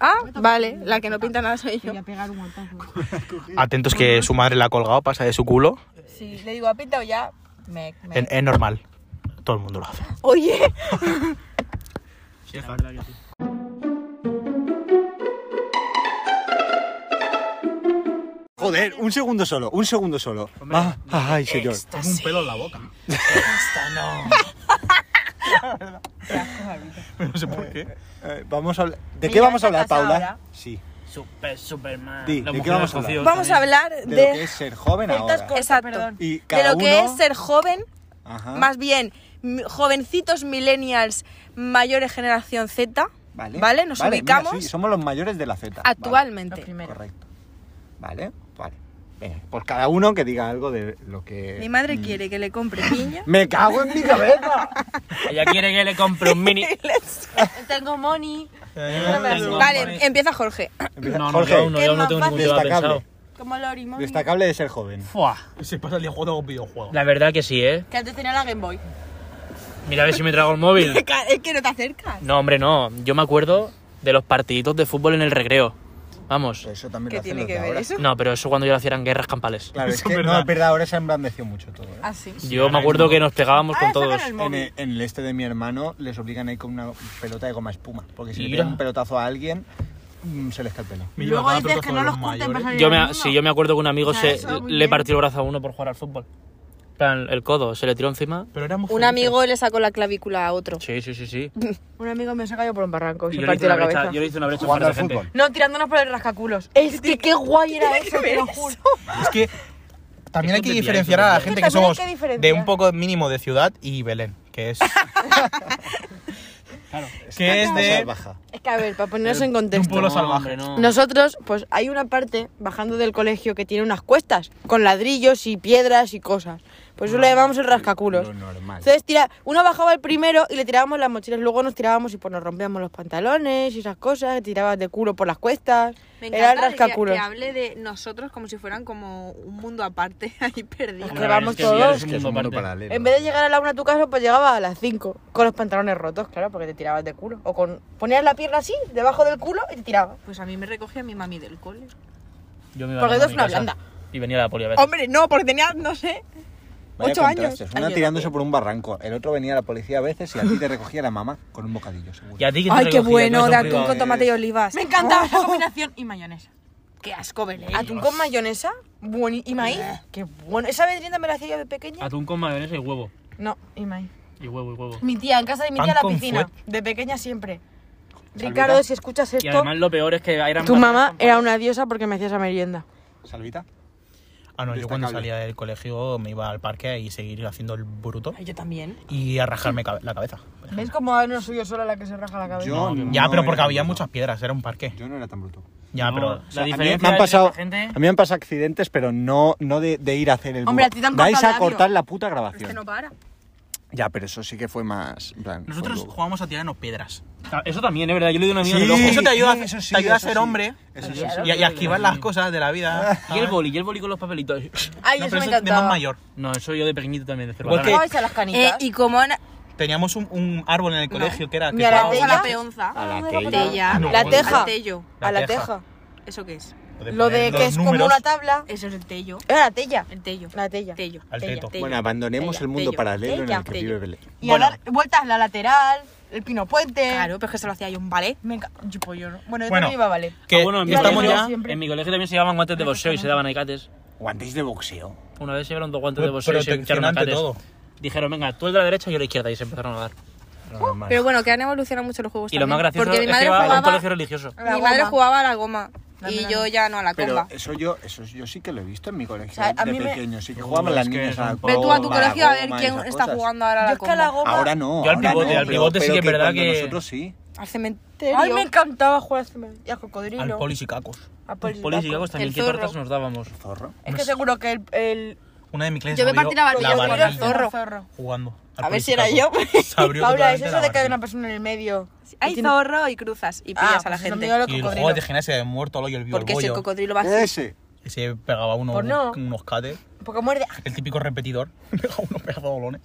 Speaker 3: Ah, vale. La que no pinta nada soy yo.
Speaker 2: Voy a pegar un guantazo.
Speaker 5: Atentos que su madre la ha colgado, pasa de su culo.
Speaker 2: Sí, le digo, ¿ha pintado ya? Me, me.
Speaker 5: Es normal. Todo el mundo lo hace.
Speaker 3: Oye.
Speaker 4: Joder, un segundo solo, un segundo solo. Ah, ay, señor.
Speaker 5: Tengo un pelo en la boca. Esta no. Pero no sé por qué.
Speaker 4: Eh, vamos a hablar- ¿De qué
Speaker 2: Mira,
Speaker 4: vamos a hablar,
Speaker 2: ¿estás
Speaker 4: Paula?
Speaker 2: ahora?
Speaker 4: Sí.
Speaker 1: Super, super mal.
Speaker 4: Di,
Speaker 1: Las
Speaker 4: ¿de qué
Speaker 1: mujeres
Speaker 4: vamos a hablar?
Speaker 1: cocidos
Speaker 3: Vamos a
Speaker 1: también.
Speaker 3: hablar
Speaker 4: De, lo que
Speaker 3: de.
Speaker 4: es ser joven
Speaker 2: Ciertas
Speaker 4: ahora.
Speaker 2: cosas,
Speaker 3: Exacto.
Speaker 2: perdón.
Speaker 4: Y
Speaker 3: De
Speaker 4: cada
Speaker 3: lo que
Speaker 4: uno-
Speaker 3: es ser joven.
Speaker 4: Ajá,
Speaker 3: Más bien, m- jovencitos millennials, mayores generación Z.
Speaker 4: Vale,
Speaker 3: Nos
Speaker 4: Vale, mira,
Speaker 3: ubicamos
Speaker 4: sí, somos los mayores de la Z. vale.
Speaker 3: actualmente.
Speaker 2: Lo primero.
Speaker 4: Correcto. Vale, vale. Venga, pues cada uno que diga algo de lo que.
Speaker 3: Mi madre quiere que le compre piña.
Speaker 4: ¡Me cago en mi cabeza!
Speaker 1: Ella quiere que le compre un mini.
Speaker 2: Tengo money.
Speaker 3: vale, empieza Jorge.
Speaker 4: Empieza-
Speaker 1: No, no,
Speaker 4: Jorge,
Speaker 1: yo no, yo no tengo ningún tema
Speaker 4: destacable.
Speaker 1: pensado.
Speaker 2: Como Lori Money.
Speaker 4: Destacable de ser joven.
Speaker 1: Fua,
Speaker 5: Se pasa el día jugando a un videojuego.
Speaker 1: la verdad que sí, ¿eh?
Speaker 2: Que antes tenía la Game Boy.
Speaker 1: Mira a ver si me trago el móvil.
Speaker 3: Es que no te acercas.
Speaker 1: No, hombre, no. Yo me acuerdo de los partiditos de fútbol en el recreo. Vamos.
Speaker 4: Eso también
Speaker 3: ¿Qué
Speaker 4: lo hacen
Speaker 3: tiene
Speaker 4: los
Speaker 3: que
Speaker 4: de
Speaker 3: ver
Speaker 4: ahora.
Speaker 3: eso?
Speaker 1: No, pero eso cuando yo lo hacía eran guerras campales.
Speaker 4: Claro, es
Speaker 5: Eso
Speaker 4: que
Speaker 5: es
Speaker 4: no,
Speaker 5: verdad.
Speaker 4: es verdad, ahora se ha emblandeció mucho todo. ¿eh?
Speaker 2: Así.
Speaker 1: Yo me acuerdo que nos pegábamos
Speaker 2: Ah,
Speaker 1: con todos.
Speaker 4: En el, en el este de mi hermano les obligan a ir con una pelota de goma espuma. Porque si le
Speaker 1: Mira.
Speaker 4: pegan un pelotazo a alguien, mm, se les cae el pelo.
Speaker 5: Me
Speaker 2: Luego
Speaker 5: llevaba
Speaker 2: dices
Speaker 5: tanto
Speaker 2: que no
Speaker 5: todos
Speaker 2: los curten
Speaker 5: mayores.
Speaker 2: pasar
Speaker 1: Yo me, sí, yo me acuerdo que un amigo
Speaker 2: Ah,
Speaker 1: se,
Speaker 2: eso, muy
Speaker 1: le
Speaker 2: bien.
Speaker 1: partió el brazo a uno por jugar al fútbol. En plan, el codo, se le tiró encima.
Speaker 5: Pero éramos
Speaker 3: Un amigo le sacó la clavícula a otro.
Speaker 1: Sí, sí, sí, sí.
Speaker 2: Un amigo me se cayó por un barranco y
Speaker 1: Y
Speaker 2: se
Speaker 1: yo, le
Speaker 2: partió
Speaker 1: hice una
Speaker 2: la
Speaker 1: brecha,
Speaker 2: cabeza.
Speaker 1: yo le hice una brecha a un par
Speaker 4: Jugando
Speaker 1: de
Speaker 4: al
Speaker 1: gente.
Speaker 4: fútbol.
Speaker 2: No, tirándonos por el rascaculos. Es que qué guay era eso, te lo juro.
Speaker 5: Es que También hay que
Speaker 1: Esto te pilla,
Speaker 5: diferenciar
Speaker 1: esto te
Speaker 5: a la
Speaker 1: pilla.
Speaker 5: gente que
Speaker 2: Es que también hay
Speaker 5: somos
Speaker 2: que diferenciar.
Speaker 5: de un poco mínimo de ciudad y Belén, que es. que es
Speaker 4: Esta
Speaker 5: de.
Speaker 4: baja.
Speaker 2: Es que, a ver, para ponernos en
Speaker 5: de un
Speaker 2: contexto.
Speaker 5: pueblo
Speaker 1: No,
Speaker 5: salvaje.
Speaker 1: hombre, no.
Speaker 2: Nosotros, pues hay una parte bajando del colegio que tiene unas cuestas con ladrillos y piedras y cosas. Por eso le llamamos el rascaculos.
Speaker 4: Lo normal.
Speaker 2: Entonces, tira, uno bajaba el primero y le tirábamos las mochilas. Luego nos tirábamos y pues nos rompíamos los pantalones y esas cosas. Tirabas de culo por las cuestas.
Speaker 3: Me
Speaker 2: Era el
Speaker 3: encanta de que- que,
Speaker 2: rascaculos.
Speaker 3: hable de nosotros como si fueran como un mundo aparte ahí perdido.
Speaker 2: que vamos
Speaker 1: sí,
Speaker 2: todos.
Speaker 1: es un mundo aparte.
Speaker 4: paralelo.
Speaker 2: En vez de llegar a la una a tu casa, pues llegabas a las 5 con los pantalones rotos, claro, porque te tirabas de culo. O con ponías la pierna así, debajo del culo y te tirabas.
Speaker 3: Pues a mí me recogía mi mami del cole.
Speaker 1: Yo me iba
Speaker 2: Porque
Speaker 1: andando
Speaker 2: tú eres
Speaker 1: a mi
Speaker 2: una
Speaker 1: casa Y venía la poli a veces.
Speaker 3: Hombre, no, porque tenía, no sé.
Speaker 4: Vaya
Speaker 3: ocho
Speaker 4: contrastes.
Speaker 3: años.
Speaker 4: Una
Speaker 3: Ay, yo
Speaker 4: tirándose por un barranco, el otro venía a la policía a veces y a ti te recogía la mamá con un bocadillo, seguro.
Speaker 1: ¿Y a ti que te
Speaker 3: Ay, qué
Speaker 1: recogía? ¿Tú
Speaker 3: bueno,
Speaker 1: eres
Speaker 3: de
Speaker 1: un
Speaker 3: atún
Speaker 1: privado?
Speaker 3: con tomate y olivas.
Speaker 2: Me encantaba esa combinación.
Speaker 3: Y mayonesa. Qué asco, Belén.
Speaker 2: Atún con mayonesa buen, y maíz. Qué bueno. ¿Esa vendrienda me la hacía yo de pequeña?
Speaker 1: Atún con mayonesa y huevo.
Speaker 2: No, y maíz.
Speaker 1: Y huevo, y huevo.
Speaker 2: Mi tía, en casa de mi
Speaker 5: Pan
Speaker 2: tía, a la
Speaker 5: con
Speaker 2: piscina.
Speaker 5: fuet.
Speaker 2: De pequeña siempre. Ricardo, si escuchas
Speaker 1: Y
Speaker 2: esto,
Speaker 1: además lo peor es que eran...
Speaker 2: tu mamá era una diosa porque me hacía esa merienda.
Speaker 4: Salvita.
Speaker 5: Ah, no, yo cuando
Speaker 4: Destacable.
Speaker 5: salía del colegio me iba al parque y seguir haciendo el bruto
Speaker 3: Yo también.
Speaker 5: y a rajarme cabe- la cabeza.
Speaker 2: ¿Ves cómo a uno suyo sola la que se raja la cabeza?
Speaker 4: Yo eh, no
Speaker 5: Ya, pero
Speaker 4: era
Speaker 5: porque
Speaker 4: tan
Speaker 5: había
Speaker 4: bruto.
Speaker 5: muchas piedras, era un parque.
Speaker 4: Yo no era tan bruto.
Speaker 5: Ya,
Speaker 1: No,
Speaker 5: pero.
Speaker 1: La
Speaker 4: a mí
Speaker 1: diferencia
Speaker 4: me han
Speaker 1: de
Speaker 4: pasado,
Speaker 1: esta gente-
Speaker 4: a mí me han pasado accidentes, pero no, no de, de ir a hacer el burro.
Speaker 2: Hombre, a ti te han
Speaker 4: Vais
Speaker 2: cortado
Speaker 4: a
Speaker 2: el
Speaker 4: cortar
Speaker 2: labio.
Speaker 4: la puta grabación.
Speaker 3: Este no para.
Speaker 4: Ya, pero eso sí que fue más. en plan, fue
Speaker 5: Nosotros
Speaker 4: luego.
Speaker 5: jugábamos a tirarnos piedras.
Speaker 1: Ah, Eso también, es verdad. Yo le di una amiga
Speaker 4: Sí,
Speaker 1: en el ojo.
Speaker 5: Eso te ayuda a-
Speaker 4: eso sí,
Speaker 5: te ayuda a
Speaker 4: eso
Speaker 5: ser
Speaker 4: sí.
Speaker 5: hombre.
Speaker 4: Eso sí,
Speaker 5: Y, y a esquivar las cosas Ah. de la vida.
Speaker 1: Y el
Speaker 5: ¿sabes?
Speaker 1: boli, y el boli con los papelitos.
Speaker 2: Ay,
Speaker 5: No, pero
Speaker 2: eso
Speaker 5: eso es de
Speaker 2: me
Speaker 5: más
Speaker 2: encantaba.
Speaker 5: mayor.
Speaker 1: No, eso yo de pequeñito también, de Ah, cerca.
Speaker 5: Porque-
Speaker 2: ¿Cómo vais a las
Speaker 3: Eh,
Speaker 2: canitas?
Speaker 3: y como Ana.
Speaker 5: Teníamos un, un árbol en el colegio que era. Que
Speaker 2: Ni a la
Speaker 5: jugábamos
Speaker 3: Vamos a la
Speaker 2: ¿Tella?
Speaker 3: peonza.
Speaker 4: A la
Speaker 3: Tella.
Speaker 5: Ah, no,
Speaker 2: La
Speaker 5: bueno.
Speaker 2: teja.
Speaker 3: Al tello.
Speaker 2: A la teja.
Speaker 3: ¿Eso qué es?
Speaker 5: de
Speaker 2: Lo
Speaker 5: poner
Speaker 2: de que
Speaker 5: los
Speaker 2: es como
Speaker 5: números.
Speaker 2: una tabla.
Speaker 3: Eso es el tello.
Speaker 2: Era la tella.
Speaker 3: El tello.
Speaker 2: La tella.
Speaker 3: Tello.
Speaker 5: Al
Speaker 3: tella,
Speaker 5: teto.
Speaker 3: tello,
Speaker 4: Bueno, abandonemos
Speaker 3: tella,
Speaker 4: el mundo
Speaker 3: tello.
Speaker 4: paralelo en
Speaker 3: Tella,
Speaker 4: el que
Speaker 3: tello.
Speaker 4: vive Belén.
Speaker 2: Y
Speaker 5: Bueno.
Speaker 2: a dar vueltas la lateral, el pino puente.
Speaker 3: Claro, pero es que se lo hacía yo un ballet.
Speaker 2: Me enca- yo, pues yo no. Bueno, yo
Speaker 5: Bueno.
Speaker 2: también iba a valer.
Speaker 5: Que
Speaker 1: Ah, bueno, en mi,
Speaker 2: Vale,
Speaker 5: estamos
Speaker 1: colegio,
Speaker 5: ya.
Speaker 2: siempre.
Speaker 1: en mi colegio también se llevaban guantes de boxeo y se daban alicates.
Speaker 4: Guantes de boxeo.
Speaker 1: Una vez se llevaron dos guantes de boxeo y se echaron
Speaker 5: Protección ante
Speaker 1: alicates.
Speaker 5: todo.
Speaker 1: Dijeron, venga, tú el de la derecha y yo el de la izquierda. Y se empezaron a dar.
Speaker 3: Uh,
Speaker 4: Normal.
Speaker 3: Pero bueno, que han evolucionado mucho los juegos.
Speaker 1: Y lo más
Speaker 3: Pues también.
Speaker 1: gracioso
Speaker 3: Porque mi
Speaker 1: es
Speaker 3: madre
Speaker 1: que va a un colegio
Speaker 3: jugaba.
Speaker 1: religioso.
Speaker 2: La
Speaker 3: Mi madre
Speaker 2: goma.
Speaker 3: jugaba a la goma.
Speaker 2: Dame
Speaker 3: Y
Speaker 2: la
Speaker 3: yo
Speaker 2: goma.
Speaker 3: ya no a la
Speaker 4: Pero
Speaker 3: comba.
Speaker 4: eso yo, eso yo sí que lo he visto en mi colegio.
Speaker 2: sea, a
Speaker 4: de
Speaker 2: mí me-
Speaker 4: pequeño, sí que jugaban las
Speaker 1: es que
Speaker 4: niñas
Speaker 1: son
Speaker 4: a la
Speaker 1: pocos.
Speaker 3: Ve tú a tu
Speaker 4: goma, la
Speaker 3: colegio a ver
Speaker 4: goma,
Speaker 3: quién
Speaker 4: esas
Speaker 3: está
Speaker 4: cosas.
Speaker 3: jugando ahora a
Speaker 2: Yo
Speaker 3: la
Speaker 2: es que a la
Speaker 3: comba.
Speaker 2: goma.
Speaker 4: Ahora no.
Speaker 1: Yo al
Speaker 4: ahora
Speaker 1: pivote,
Speaker 4: no,
Speaker 1: al
Speaker 4: pero-
Speaker 1: pivote sí
Speaker 4: pero
Speaker 1: que es verdad
Speaker 4: cuando
Speaker 1: que-
Speaker 4: Nosotros sí.
Speaker 3: Al cementerio.
Speaker 2: Ay, me encantaba jugar al cementerio y al
Speaker 5: Al
Speaker 2: cocodrilo.
Speaker 5: polis y cacos.
Speaker 2: al
Speaker 1: Polis y
Speaker 2: polisacos.
Speaker 1: gagos también,
Speaker 3: Pues El
Speaker 1: qué
Speaker 3: zorro.
Speaker 1: tortas nos dábamos.
Speaker 4: Zorro.
Speaker 2: Es que seguro que el. el
Speaker 5: Una de mis clases
Speaker 3: Yo me
Speaker 5: abrió
Speaker 3: partí la barbilla, yo era
Speaker 5: barbilla
Speaker 3: zorro.
Speaker 5: jugando. al
Speaker 3: A ver si era
Speaker 5: polis y
Speaker 3: yo.
Speaker 5: cacos. Se abrió
Speaker 2: Paula, es
Speaker 5: totalmente
Speaker 2: eso
Speaker 5: la
Speaker 2: de que hay
Speaker 5: barbilla.
Speaker 2: una persona en el medio.
Speaker 3: Hay
Speaker 2: tiene-
Speaker 3: zorro y Ah, cruzas y pillas a la
Speaker 2: pues eso,
Speaker 3: gente.
Speaker 2: amigo, los
Speaker 5: Y los
Speaker 2: cocodrilos.
Speaker 5: juegos de gimnasia de muerto, el hoyo, el vivo,
Speaker 3: Porque si el cocodrilo va así.
Speaker 4: Ese.
Speaker 5: Y se pegaba uno,
Speaker 2: Pues no.
Speaker 5: unos cates.
Speaker 2: Porque muerde.
Speaker 5: El típico repetidor. Pegaba unos pegaba bolones.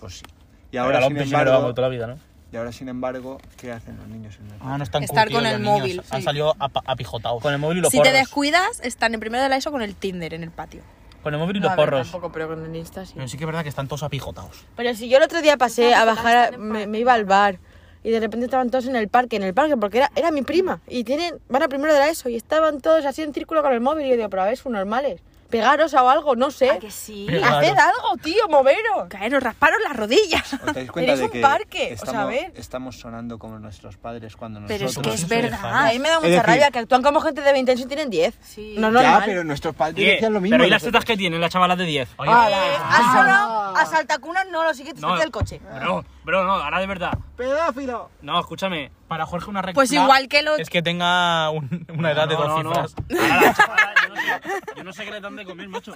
Speaker 4: Pues sí. Y ahora, sin
Speaker 1: vamos
Speaker 4: embargo,
Speaker 1: toda la vida, ¿no?
Speaker 4: y ahora, sin embargo, ¿qué hacen los niños en el
Speaker 5: Ah, no están
Speaker 3: Estar
Speaker 5: curtidos
Speaker 3: con
Speaker 5: los
Speaker 3: el
Speaker 5: niños,
Speaker 3: móvil,
Speaker 5: Han
Speaker 3: sí.
Speaker 5: salido apa- apijotados.
Speaker 1: Con el móvil y los
Speaker 3: Si te
Speaker 1: porros.
Speaker 3: descuidas, están en primero de la ESO con el Tinder en el patio.
Speaker 1: Con el móvil y
Speaker 2: No,
Speaker 1: los
Speaker 2: a ver,
Speaker 1: porros.
Speaker 2: Tampoco, pero con el Insta sí.
Speaker 5: Pero sí que es verdad que están todos apijotados.
Speaker 2: Pero si yo el otro día pasé a bajar, a- me, me iba al bar y de repente estaban todos en el parque, en el parque, porque era, era mi prima y tienen, van a primero de la ESO y estaban todos así en círculo con el móvil y yo digo, pero a ver, son normales, pegaros o algo, no sé.
Speaker 3: sí?
Speaker 5: Pero-
Speaker 2: Haced algo, tío, moveros.
Speaker 3: Caeros, rasparos las rodillas.
Speaker 4: ¿Os dais cuenta
Speaker 2: Pero es
Speaker 4: de
Speaker 2: un
Speaker 4: que
Speaker 2: parque, o sea,
Speaker 4: estamos,
Speaker 2: a ver.
Speaker 4: estamos sonando como nuestros padres cuando
Speaker 3: Pero
Speaker 4: nosotros...
Speaker 3: es que es
Speaker 5: Nosotros
Speaker 3: verdad.
Speaker 2: A mí me da mucha
Speaker 4: decir-
Speaker 2: rabia que actúan como gente de 20 años y tienen 10.
Speaker 3: Sí.
Speaker 2: No, es
Speaker 4: Ya,
Speaker 2: normal.
Speaker 4: pero nuestros padres
Speaker 1: Oye,
Speaker 4: decían lo mismo.
Speaker 1: Pero ¿y las
Speaker 4: nosotros.
Speaker 1: tetas que tienen las chavalas de 10? Oye,
Speaker 2: Eh,
Speaker 3: Ah.
Speaker 2: a solo- a saltacunas no, lo siguiente es el coche.
Speaker 1: Bro, bro, no, ahora de verdad.
Speaker 4: ¡Pedófilo!
Speaker 1: No, escúchame.
Speaker 5: Para Jorge una recta.
Speaker 3: Pues igual que los.
Speaker 5: Es que tenga un- una edad de
Speaker 1: No,
Speaker 5: dos
Speaker 1: no, no.
Speaker 5: cifras.
Speaker 1: Ahora las chavalas, yo no sé- Yo no sé qué le dan de comer, macho.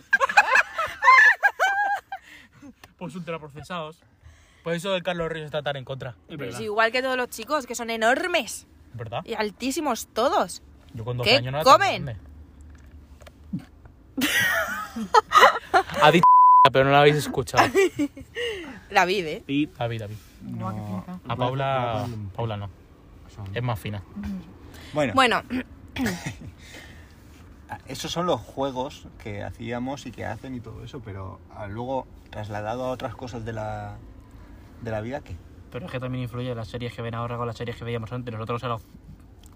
Speaker 1: Pues ultraprocesados.
Speaker 5: Por Pues eso el Carlos Ríos está tan en contra.
Speaker 1: Es
Speaker 3: Pues
Speaker 1: verdad.
Speaker 3: igual que todos los chicos, que son enormes
Speaker 5: ¿Verdad?
Speaker 3: y altísimos todos.
Speaker 5: Yo cuando
Speaker 3: ¿Qué?
Speaker 5: no era tan
Speaker 3: ¿Comen?
Speaker 5: grande.
Speaker 1: Ha dicho pero no la habéis escuchado.
Speaker 3: David, ¿eh?
Speaker 1: Y
Speaker 5: David, David. A Paula. Paula no. Es más fina.
Speaker 4: Bueno,
Speaker 3: Bueno,
Speaker 4: esos son los juegos que hacíamos y que hacen y todo eso, pero ah, luego trasladado a otras cosas de la, de la vida, ¿qué?
Speaker 1: Pero es que también influye las series que ven ahora con las series que veíamos antes. Nosotros a los